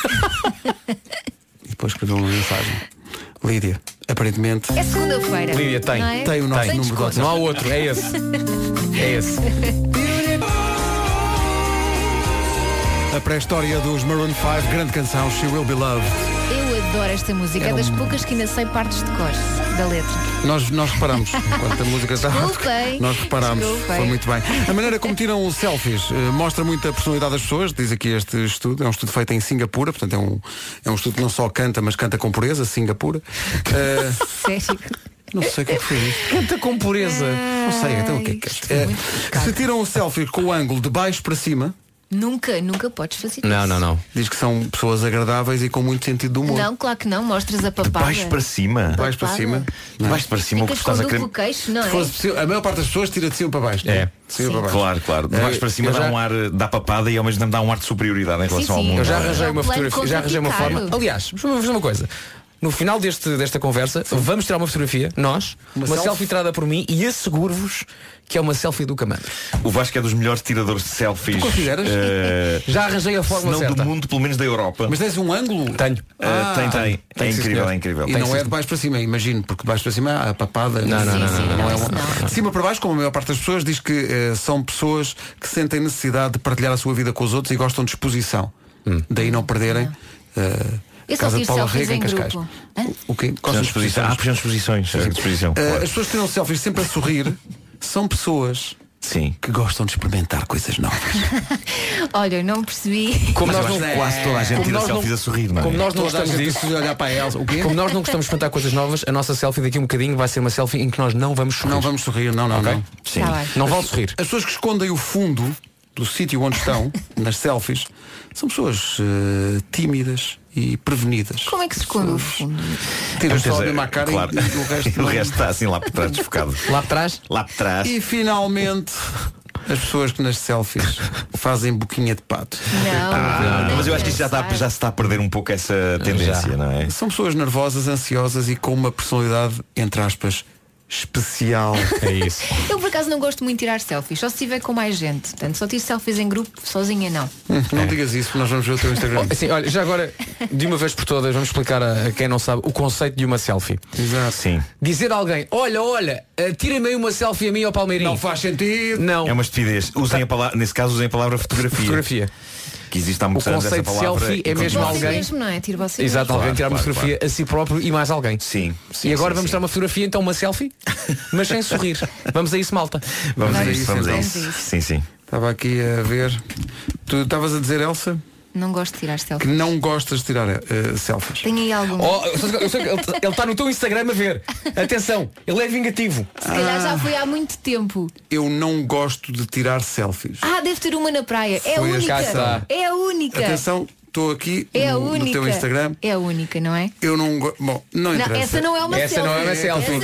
Speaker 2: e depois escreveu uma mensagem. Lídia, aparentemente...
Speaker 1: É segunda-feira. não é?
Speaker 2: Tem o nosso
Speaker 1: Tem
Speaker 2: número do
Speaker 1: desconto.
Speaker 2: WhatsApp.
Speaker 4: É esse.
Speaker 2: A pré-história dos Maroon 5, grande canção, She Will Be Loved.
Speaker 1: Eu adoro esta música. É das poucas que ainda sei partes de cor da letra.
Speaker 2: Nós, nós reparamos. Enquanto a música está. [LAUGHS]
Speaker 1: Desculpem.
Speaker 2: Nós reparamos.
Speaker 1: Desculpem.
Speaker 2: Foi muito bem. A maneira como tiram os selfies eh, mostra muito a personalidade das pessoas, diz aqui este estudo. É um estudo feito em Singapura, portanto é um, é um estudo que não só canta, mas canta com pureza, Singapura. Eh,
Speaker 1: Sério?
Speaker 2: não sei o que é que foi isto.
Speaker 4: Canta com pureza.
Speaker 2: Não sei, então o que é que é isto? Eh, se tiram o selfie com o ângulo de baixo para cima.
Speaker 1: Nunca, nunca podes fazer isso.
Speaker 2: não. Diz que são pessoas agradáveis e com muito sentido do humor.
Speaker 1: Não, claro que não. Mostras a papada.
Speaker 2: cima. De baixo para
Speaker 1: Papada.
Speaker 2: cima. é? De
Speaker 1: é?
Speaker 2: baixo para
Speaker 1: cima, o que é. Ficas estás com a querer- duplo queixo, não é?
Speaker 2: a maior parte das pessoas tira de cima para baixo. É. De cima para baixo.
Speaker 3: Claro, claro. De baixo para cima
Speaker 2: Eh, Eu já-
Speaker 3: dá um ar, eh, dá papada e ao mesmo tempo dá um ar de superioridade em relação ao mundo.
Speaker 4: Eu já arranjei uma
Speaker 3: Dá um plano
Speaker 4: fotografia, já arranjei uma
Speaker 3: contrapicado.
Speaker 4: forma. Aliás, vamos fazer uma coisa. No final deste, desta conversa, vamos tirar uma fotografia, nós, uma, selfie.
Speaker 3: selfie.
Speaker 4: tirada por mim e asseguro-vos que é uma selfie do Camandro.
Speaker 3: O Vasco é dos melhores tiradores de selfies.
Speaker 4: Tu consideras?
Speaker 3: eh,
Speaker 4: Já arranjei a forma
Speaker 3: se não
Speaker 4: certa. Ah,
Speaker 3: do mundo, pelo menos da Europa.
Speaker 2: Mas tens um ângulo?
Speaker 4: Tenho.
Speaker 3: Eh, tem, tem. É
Speaker 2: sim,
Speaker 3: incrível,
Speaker 2: senhor.
Speaker 3: é incrível.
Speaker 2: E
Speaker 3: Tem,
Speaker 2: não
Speaker 3: sim,
Speaker 2: é de baixo para cima, imagino, porque de baixo para cima há a papada.
Speaker 4: Não, não,
Speaker 2: Sim,
Speaker 4: não,
Speaker 2: sim,
Speaker 4: não, não,
Speaker 2: é
Speaker 4: isso
Speaker 2: uma- De cima para baixo, como a maior parte das pessoas, diz que eh, são pessoas que sentem necessidade de partilhar a sua vida com os outros e gostam de exposição.
Speaker 4: Hum.
Speaker 2: Daí não perderem. eh, a
Speaker 1: Eu só
Speaker 2: casa de
Speaker 1: fiz
Speaker 2: Paula
Speaker 1: selfies
Speaker 2: Rega
Speaker 1: em
Speaker 2: em Cascais.
Speaker 1: grupo. Hã?
Speaker 2: O quê?
Speaker 3: Gostam de exposição. Ah, puxam exposições.
Speaker 2: Sim.
Speaker 3: Gostam de exposição,
Speaker 2: Eh,
Speaker 3: claro.
Speaker 2: As pessoas que tiram selfies sempre a sorrir são pessoas
Speaker 3: Sim.
Speaker 2: que gostam de experimentar coisas novas.
Speaker 1: Olha, eu não percebi.
Speaker 4: Como
Speaker 3: Mas
Speaker 4: nós
Speaker 3: eu acho
Speaker 4: não-
Speaker 3: que quase toda a gente
Speaker 4: Como
Speaker 3: tira
Speaker 4: nós não-
Speaker 3: selfies a sorrir, não é?
Speaker 4: Como nós
Speaker 2: Toda
Speaker 4: não
Speaker 2: a
Speaker 4: gostamos
Speaker 2: gente
Speaker 4: disso,
Speaker 2: precisa olhar para ela. O quê?
Speaker 4: Como nós não gostamos de contar coisas novas, a nossa selfie daqui a um bocadinho vai ser uma selfie em que nós não vamos sorrir. Não
Speaker 2: vamos sorrir, não, não, não.
Speaker 4: Sim.
Speaker 1: Tá
Speaker 4: Não vale sorrir.
Speaker 2: As pessoas que escondem o fundo do sítio onde
Speaker 1: [LAUGHS]
Speaker 2: estão, nas selfies, são pessoas eh, tímidas e prevenidas.
Speaker 1: Como é que se esconde o fundo?
Speaker 2: Tiram
Speaker 3: Pois
Speaker 2: só
Speaker 3: é,
Speaker 2: a mesma cara e-
Speaker 3: claro.
Speaker 2: e o
Speaker 3: [LAUGHS]
Speaker 2: resto
Speaker 3: o
Speaker 2: não.
Speaker 3: resto está assim lá por
Speaker 4: [LAUGHS]
Speaker 3: trás, desfocado.
Speaker 4: Lá por trás?
Speaker 3: Lá por trás.
Speaker 2: E finalmente, as pessoas que nas selfies fazem boquinha de pato.
Speaker 3: Ah, mas eu acho que isso já, está, já se está a perder um pouco essa tendência,
Speaker 2: Já.
Speaker 3: não é?
Speaker 2: São pessoas nervosas, ansiosas e com uma personalidade, entre aspas,
Speaker 3: [LAUGHS]
Speaker 2: especial.
Speaker 4: É isso.
Speaker 1: Eu por acaso não gosto muito de tirar selfies, só se estiver com mais gente. Portanto, só tiro selfies em grupo, sozinha não.
Speaker 2: Não digas isso, porque nós vamos ver o teu Instagram.
Speaker 3: Oh,
Speaker 4: Assim, olha, já agora, de uma vez por todas, vamos explicar a, a quem não sabe o conceito de uma selfie.
Speaker 2: Exato.
Speaker 3: Sim.
Speaker 4: Dizer a alguém, olha, olha, eh, tira-me aí uma selfie a mim ao Palmeirinho. Não
Speaker 2: faz sentido.
Speaker 4: Não.
Speaker 3: É uma estupidez. Usem a palavra, nesse caso usem a palavra fotografia.
Speaker 4: Fotografia.
Speaker 3: Que existe há muitos
Speaker 4: O
Speaker 3: anos essa
Speaker 4: conceito de
Speaker 3: palavra.
Speaker 4: selfie é
Speaker 3: e
Speaker 4: mesmo
Speaker 3: continua a
Speaker 1: Você
Speaker 4: Alguém?
Speaker 1: mesmo, não é? Tiro você
Speaker 4: Exato,
Speaker 1: mesmo.
Speaker 4: alguém tirar uma
Speaker 3: claro,
Speaker 4: fotografia a si próprio e mais alguém.
Speaker 3: Sim.
Speaker 4: e agora vamos tirar uma fotografia, então uma selfie, mas sem sorrir. Vamos a isso, malta.
Speaker 3: Vamos a
Speaker 2: Vamos
Speaker 3: isso, vamos a
Speaker 2: então.
Speaker 3: isso. Sim, sim.
Speaker 2: Estava aqui a ver. Tu estavas a dizer, Elsa,
Speaker 1: Não gosto de tirar
Speaker 2: que
Speaker 1: selfies.
Speaker 2: não gostas de tirar eh, selfies.
Speaker 1: Tenho aí alguma.
Speaker 4: Oh, eu sei- eu sei que ele está no teu Instagram a ver. Atenção, ele é vingativo.
Speaker 1: Se calhar já foi há muito tempo.
Speaker 2: Eu não gosto de tirar selfies.
Speaker 1: Ah, deve ter uma na praia. É a
Speaker 2: Foi a
Speaker 1: única.
Speaker 2: caça.
Speaker 1: É a única.
Speaker 2: Atenção, estou aqui
Speaker 1: É a
Speaker 2: no, no
Speaker 1: única.
Speaker 2: teu Instagram.
Speaker 1: É a única, não é?
Speaker 2: Eu não gosto. Bom, não
Speaker 1: Não,
Speaker 2: interessa.
Speaker 1: essa não é uma selfie.
Speaker 2: Estou a ver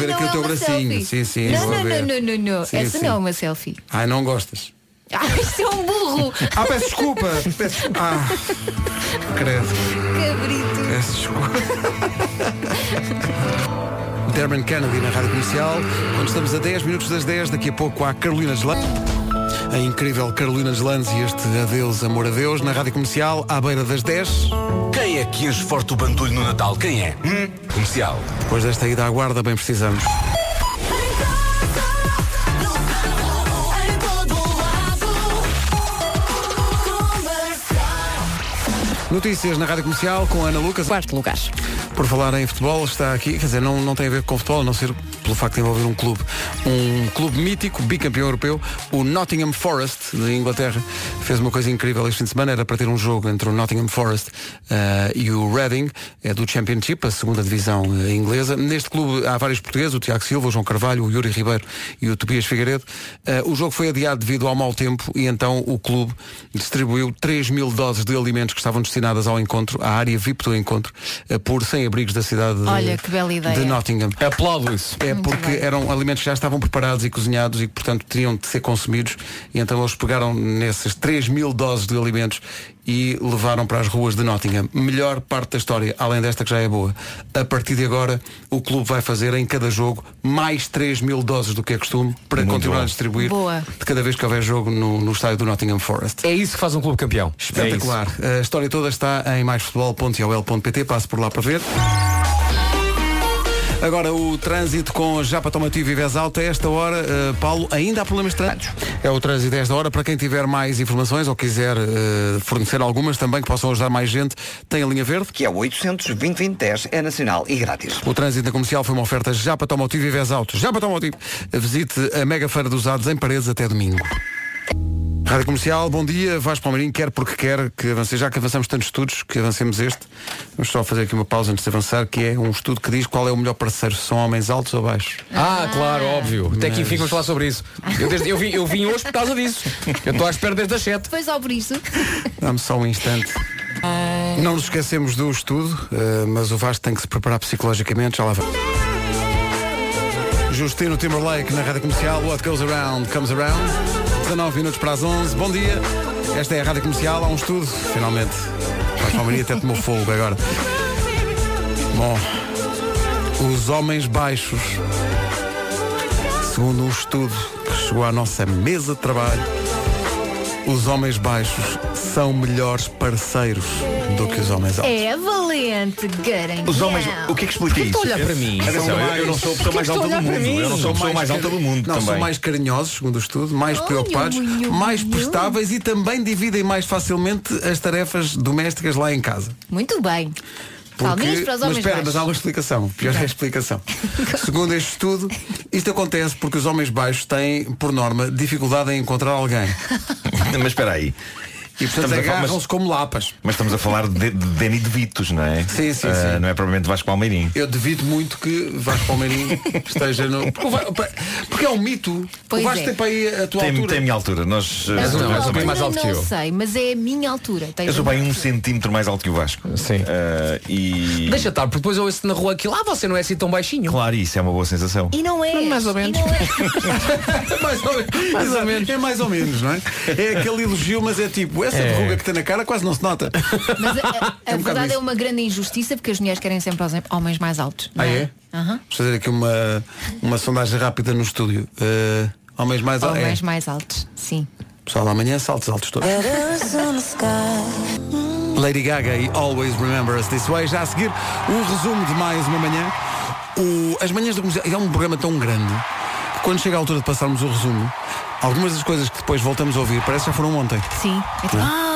Speaker 1: Essa
Speaker 2: aqui
Speaker 1: não
Speaker 2: o teu
Speaker 1: é uma
Speaker 2: bracinho.
Speaker 1: selfie.
Speaker 2: Sim, sim.
Speaker 1: Não,
Speaker 2: estou a
Speaker 1: não,
Speaker 2: ver.
Speaker 1: não, não, não, não.
Speaker 2: Sim,
Speaker 1: Essa
Speaker 2: sim.
Speaker 1: não é uma selfie.
Speaker 2: Ai, não gostas.
Speaker 1: Ah, [LAUGHS] isto é um burro.
Speaker 2: Ah, peço desculpa. Peço... Ah, credo.
Speaker 1: Cabrito.
Speaker 2: Peço desculpa. [LAUGHS] Derman Kennedy na Rádio Comercial. Quando estamos a 10 minutos das 10, daqui a pouco há Carolina Gelado. a incrível Carolina Gelandes e este Adeus, Amor a Deus, na Rádio Comercial, à beira das 10.
Speaker 12: Quem é que enche forte o bandulho no Natal? Quem é? Hum? Comercial.
Speaker 2: Depois desta ida à guarda, bem precisamos. Notícias na Rádio Comercial com a Ana Lucas.
Speaker 5: Quarto lugar.
Speaker 2: Por falar em futebol, está aqui, quer dizer, não, não tem a ver com futebol, a não ser pelo facto de envolver um clube. Um clube mítico, bicampeão europeu, o Nottingham Forest, de Inglaterra, fez uma coisa incrível este fim de semana, era para ter um jogo entre o Nottingham Forest eh, e o Reading, eh, do Championship, a segunda divisão eh, inglesa. Neste clube há vários portugueses, o Tiago Silva, o João Carvalho, o Yuri Ribeiro e o Tobias Figueiredo. Eh, o jogo foi adiado devido ao mau tempo e então o clube distribuiu 3 mil doses de alimentos que estavam destinadas ao encontro, à área VIP do encontro, eh, por sem-abrigos da cidade de-
Speaker 1: Olha, que bela ideia.
Speaker 2: de Nottingham.
Speaker 4: Aplaudo isso.
Speaker 2: É
Speaker 1: Muito
Speaker 2: porque
Speaker 1: bem.
Speaker 2: eram alimentos que já estavam preparados e cozinhados e que, portanto, tinham de ser consumidos. E então eles pegaram nessas 3 mil doses de alimentos e levaram para as ruas de Nottingham. Melhor parte da história, além desta que já é boa. A partir de agora, o clube vai fazer em cada jogo mais 3 mil doses do que é costume para
Speaker 3: Muito
Speaker 2: continuar
Speaker 3: bom.
Speaker 2: a distribuir
Speaker 1: Boa.
Speaker 2: de cada vez que houver jogo no, no estádio do Nottingham Forest.
Speaker 4: É isso que faz um clube campeão.
Speaker 2: Espetacular. a história toda está em maisfutebol.iol.pt. Passe por lá para ver. Agora o trânsito com Japa Tomativo e Vez Alta. A esta hora, eh, Paulo, ainda há problemas de trânsito? É o trânsito a esta hora. Para quem tiver mais informações ou quiser eh, fornecer algumas também que possam ajudar mais gente, tem a linha verde.
Speaker 10: Que é 800 é nacional e grátis.
Speaker 2: O trânsito na comercial foi uma oferta Japa Tomotivo e Vez Alto. Japa Tomotivo. Visite a Mega Feira dos Usados em Paredes até domingo. Rádio Comercial, bom dia. Vasco Palmeirinho quer porque quer que avancemos. Já que avançamos tantos estudos, que avancemos este. Vamos só fazer aqui uma pausa antes de avançar, que é um estudo que diz qual é o melhor parceiro, se são homens altos ou baixos.
Speaker 4: Ah, claro, óbvio. Até aqui enfim vamos falar sobre isso. Eu, desde- eu vim, eu vim hoje por causa disso. Eu estou à espera desde as 7.
Speaker 1: Depois ao por isso.
Speaker 2: Dá-me só um instante. Não nos esquecemos do estudo, eh, mas o Vasco tem que se preparar psicologicamente, já lá vamos. Justino Timberlake na rádio comercial. What goes around comes around. 19 minutos para as 11. Bom dia. Esta é a rádio comercial. Há um estudo, finalmente. Faz Palmeirinho até tomou fogo agora. Bom, os homens baixos, segundo um estudo que chegou à nossa mesa de trabalho, os homens baixos são melhores parceiros do que os homens altos.
Speaker 1: É valente, garanhão.
Speaker 3: Os homens, o que é que explica
Speaker 2: Porquê que
Speaker 3: isso?
Speaker 2: estão a olhar para mim?
Speaker 4: é
Speaker 3: Atenção, eu, eu não sou a pessoa
Speaker 2: Porquê
Speaker 3: mais
Speaker 2: que estão a
Speaker 3: alta
Speaker 2: olhar
Speaker 3: do
Speaker 2: para
Speaker 3: mundo.
Speaker 2: mim?
Speaker 3: Eu não sou a pessoa mais alta do mundo
Speaker 2: Não, são
Speaker 3: também.
Speaker 2: mais carinhosos, segundo o estudo, mais
Speaker 1: Olha,
Speaker 2: preocupados,
Speaker 1: olha,
Speaker 2: mais
Speaker 1: olha.
Speaker 2: prestáveis e também dividem mais facilmente as tarefas domésticas lá em casa.
Speaker 1: Muito bem. Palminhas para os
Speaker 2: mas
Speaker 1: homens
Speaker 2: espera, mas
Speaker 1: baixos.
Speaker 2: há uma explicação. Pior é a [LAUGHS] explicação. Segundo este estudo, isto acontece porque os homens baixos têm, por norma, dificuldade em encontrar [LAUGHS] alguém.
Speaker 3: [LAUGHS] Mas espera aí.
Speaker 2: E portanto
Speaker 3: Estamos a falar-
Speaker 2: agarram-se como lapas.
Speaker 3: Mas estamos a falar de, de Danny DeVitos, não é?
Speaker 2: Sim, sim,
Speaker 3: Ah,
Speaker 2: sim.
Speaker 3: Não é propriamente Vasco Palmeirinho.
Speaker 2: Eu devido muito que Vasco [LAUGHS] Palmeirinho esteja no. Porque, o Va- porque é um mito.
Speaker 1: Pois
Speaker 2: o Vasco
Speaker 1: é.
Speaker 2: tem para aí a tua
Speaker 3: Tem,
Speaker 2: altura.
Speaker 3: tem a minha altura. Nós,
Speaker 1: A
Speaker 3: ah,
Speaker 1: tua
Speaker 3: mais ou
Speaker 1: um altura
Speaker 3: menos.
Speaker 1: Não sei, mas é a minha altura. Tens
Speaker 3: Eu sou
Speaker 1: uma
Speaker 3: bem um
Speaker 1: altura.
Speaker 3: centímetro mais alto que o Vasco.
Speaker 4: Sim.
Speaker 3: Ah, e.
Speaker 4: Deixa estar, porque depois eu ouço na rua aquilo. Ah, você não é assim tão baixinho.
Speaker 3: Claro, isso é uma boa sensação.
Speaker 1: E não é. Mais ou menos. Não
Speaker 2: [LAUGHS]
Speaker 1: é.
Speaker 2: mais ou menos. Exato. É mais ou menos, não é? É aquele elogio, mas é tipo, essa
Speaker 4: É.
Speaker 2: verruga que tem na cara quase não se nota.
Speaker 1: Mas a, a- a
Speaker 2: É um bocado
Speaker 1: verdade é
Speaker 2: isso.
Speaker 1: uma grande injustiça porque as mulheres querem sempre os homens mais altos. não
Speaker 2: [LAUGHS] Ah, é?
Speaker 1: Aham.
Speaker 2: Vamos fazer aqui uma, uma sondagem rápida no estúdio. Eh, homens mais altos.
Speaker 1: Homens
Speaker 2: É.
Speaker 1: mais altos, sim.
Speaker 2: Pessoal, amanhã saltos altos todos. Lady Gaga e Always Remember Us This Way. Já a seguir, um resumo de mais uma manhã. O- as manhãs do Comercial é um programa tão grande que quando chega a altura de passarmos o resumo, algumas das coisas que depois voltamos a ouvir parece que já foram ontem.
Speaker 1: Sim. É tipo, ah,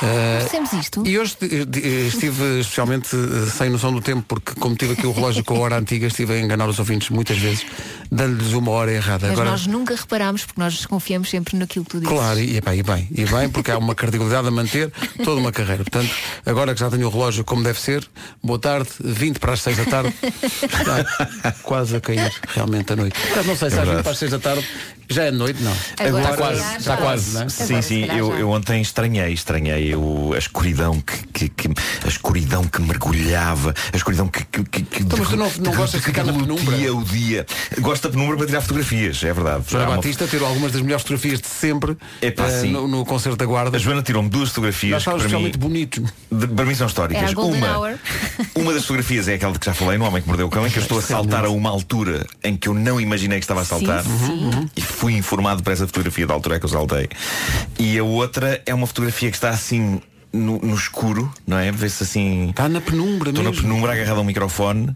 Speaker 2: Eh,
Speaker 1: fizemos isto.
Speaker 2: E hoje eh, de- eh, estive especialmente eh, sem noção do tempo, porque como tive aqui o relógio com a hora antiga, estive a enganar os ouvintes muitas vezes, dando-lhes uma hora errada.
Speaker 1: Mas nós nunca reparámos porque nós desconfiamos sempre naquilo que tu dizes.
Speaker 2: Claro, e, epá, e bem, e bem, porque há uma credibilidade a manter toda uma carreira. Portanto, agora que já tenho o relógio como deve ser, boa tarde, 20 para as 6 da tarde, está quase a cair realmente a noite. Portanto, não sei se
Speaker 3: É
Speaker 2: às
Speaker 3: verdade.
Speaker 2: 20 para as 6 da tarde já é noite, não.
Speaker 1: Agora,
Speaker 4: Está quase,
Speaker 1: se calhar,
Speaker 4: está
Speaker 1: já-
Speaker 4: quase,
Speaker 1: Agora,
Speaker 2: é?
Speaker 1: se
Speaker 3: Sim, sim,
Speaker 1: calhar,
Speaker 3: eu,
Speaker 1: já.
Speaker 3: eu ontem estranhei, estranhei e o- a escuridão que, que- que- a escuridão que mergulhava, a escuridão que, que, que, que
Speaker 2: Então, mas tu não- não gostas de ficar na
Speaker 3: penumbra? o dia. Gosto da penumbra para tirar fotografias, é verdade.
Speaker 2: Joana
Speaker 3: Há uma-
Speaker 2: Batista tirou algumas das melhores fotografias de sempre
Speaker 3: Epá,
Speaker 2: eh,
Speaker 3: sim.
Speaker 2: no, no concerto da Guarda.
Speaker 3: A Joana tirou-me duas fotografias.
Speaker 2: Nós estávamos
Speaker 3: que para mim-
Speaker 2: especialmente bonitos.
Speaker 3: de- para mim são
Speaker 15: Era
Speaker 3: históricas.
Speaker 15: É a Golden
Speaker 3: Uma,
Speaker 15: Hour.
Speaker 3: [LAUGHS] uma das fotografias é aquela de que já falei, no Homem que Mordeu o Cão, em que eu estou a saltar a uma altura em que eu não imaginei que estava a saltar. Uhum,
Speaker 15: Sim, sim.
Speaker 3: E fui informado para essa fotografia da altura que eu saltei. E a outra é uma fotografia que está assim no, no escuro, não é? Vê-se assim.
Speaker 2: Está na penumbra,
Speaker 3: Estou na penumbra agarrado a um microfone.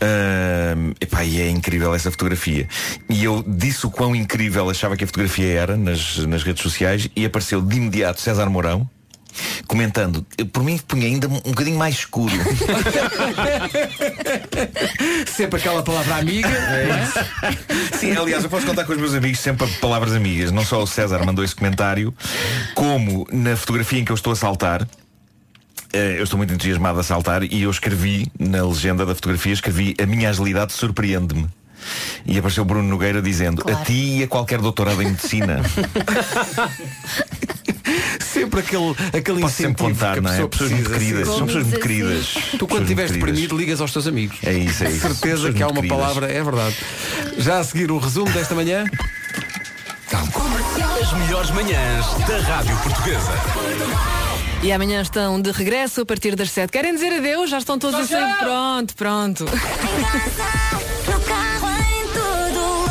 Speaker 3: Ahm, epá, e é incrível essa fotografia. E eu disse o quão incrível achava que a fotografia era nas, nas redes sociais e apareceu de imediato César Mourão. Comentando, por mim punha ainda um bocadinho mais escuro.
Speaker 2: [LAUGHS] Sempre aquela palavra amiga. não é?
Speaker 3: Sim, aliás, eu posso contar com os meus amigos sempre palavras amigas. Não só o César mandou esse comentário, como na fotografia em que eu estou a saltar. eh, Eu estou muito entusiasmado a saltar e eu escrevi na legenda da fotografia, escrevi a minha agilidade surpreende-me. E apareceu Bruno Nogueira dizendo a ti e a qualquer doutorado
Speaker 2: [LAUGHS]
Speaker 3: em medicina.
Speaker 2: Sempre aquele, aquele
Speaker 3: Posso sempre
Speaker 2: incentivo
Speaker 3: contar,
Speaker 2: que a
Speaker 3: não é?
Speaker 2: pessoa
Speaker 3: Pessoas muito
Speaker 2: precisa, sim.
Speaker 3: queridas, são pessoas muito queridas.
Speaker 2: Tu
Speaker 3: Pessoas
Speaker 2: quando estiveres
Speaker 3: muito queridas.
Speaker 2: deprimido ligas aos teus amigos.
Speaker 3: É isso, é isso.
Speaker 2: Certeza
Speaker 3: Pessoas
Speaker 2: que há
Speaker 3: muito
Speaker 2: uma
Speaker 3: queridas.
Speaker 2: palavra, é verdade. Já a seguir o resumo desta manhã.
Speaker 16: As melhores manhãs da Rádio Portuguesa.
Speaker 1: E amanhã estão de regresso a partir das 7. Querem dizer adeus? Já estão todos assim? Pronto, pronto.
Speaker 6: No carro, em todo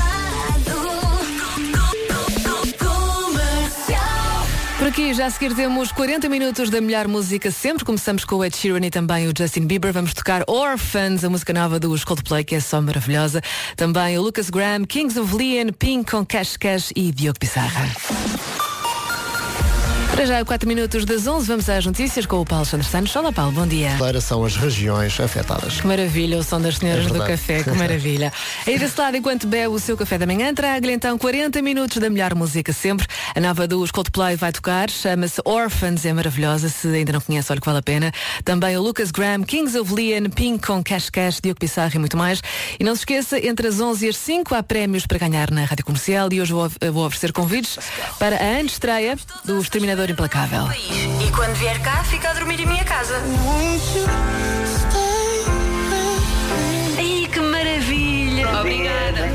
Speaker 6: lado. Comercial.
Speaker 1: Por aqui, já a seguir temos 40 minutos da melhor música sempre. Começamos com o Ed Sheeran e também o Justin Bieber. Vamos tocar Orphans, a música nova dos Coldplay, que é só maravilhosa. Também o Lucas Graham, Kings of Leon, Pink com Cash Cash e Diogo Pizarra. Para já, 4 minutos das 11, vamos às notícias com o Paulo Sanders Santos. Olá, Paulo, bom dia.
Speaker 4: Claro, são as regiões afetadas.
Speaker 1: Que maravilha, o som das senhoras
Speaker 4: É
Speaker 1: do
Speaker 4: verdade.
Speaker 1: café, que
Speaker 4: [LAUGHS]
Speaker 1: maravilha. Aí desse lado, enquanto bebe o seu café da manhã, traga-lhe então 40 minutos da melhor música sempre. A nova dos Coldplay vai tocar, chama-se Orphans, é maravilhosa, se ainda não conhece, olha que vale a pena. Também o Lucas Graham, Kings of Leon, Pink com Cash Cash, Diogo Pissarro e muito mais. E não se esqueça, entre as 11 e as 5 há prémios para ganhar na Rádio Comercial e hoje vou, vou oferecer convites para a antestreia do Exterminador Implacável.
Speaker 6: E quando vier cá, fica a dormir em minha casa.
Speaker 1: é
Speaker 6: Ai, que maravilha! Obrigada.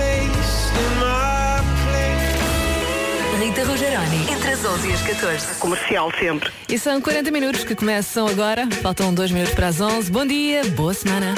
Speaker 1: Rita Rogeroni.
Speaker 6: Entre as 11 e as 14.
Speaker 10: Comercial sempre.
Speaker 1: E são 40 minutos que começam agora. Faltam 2 minutos para as 11. Bom dia, boa semana.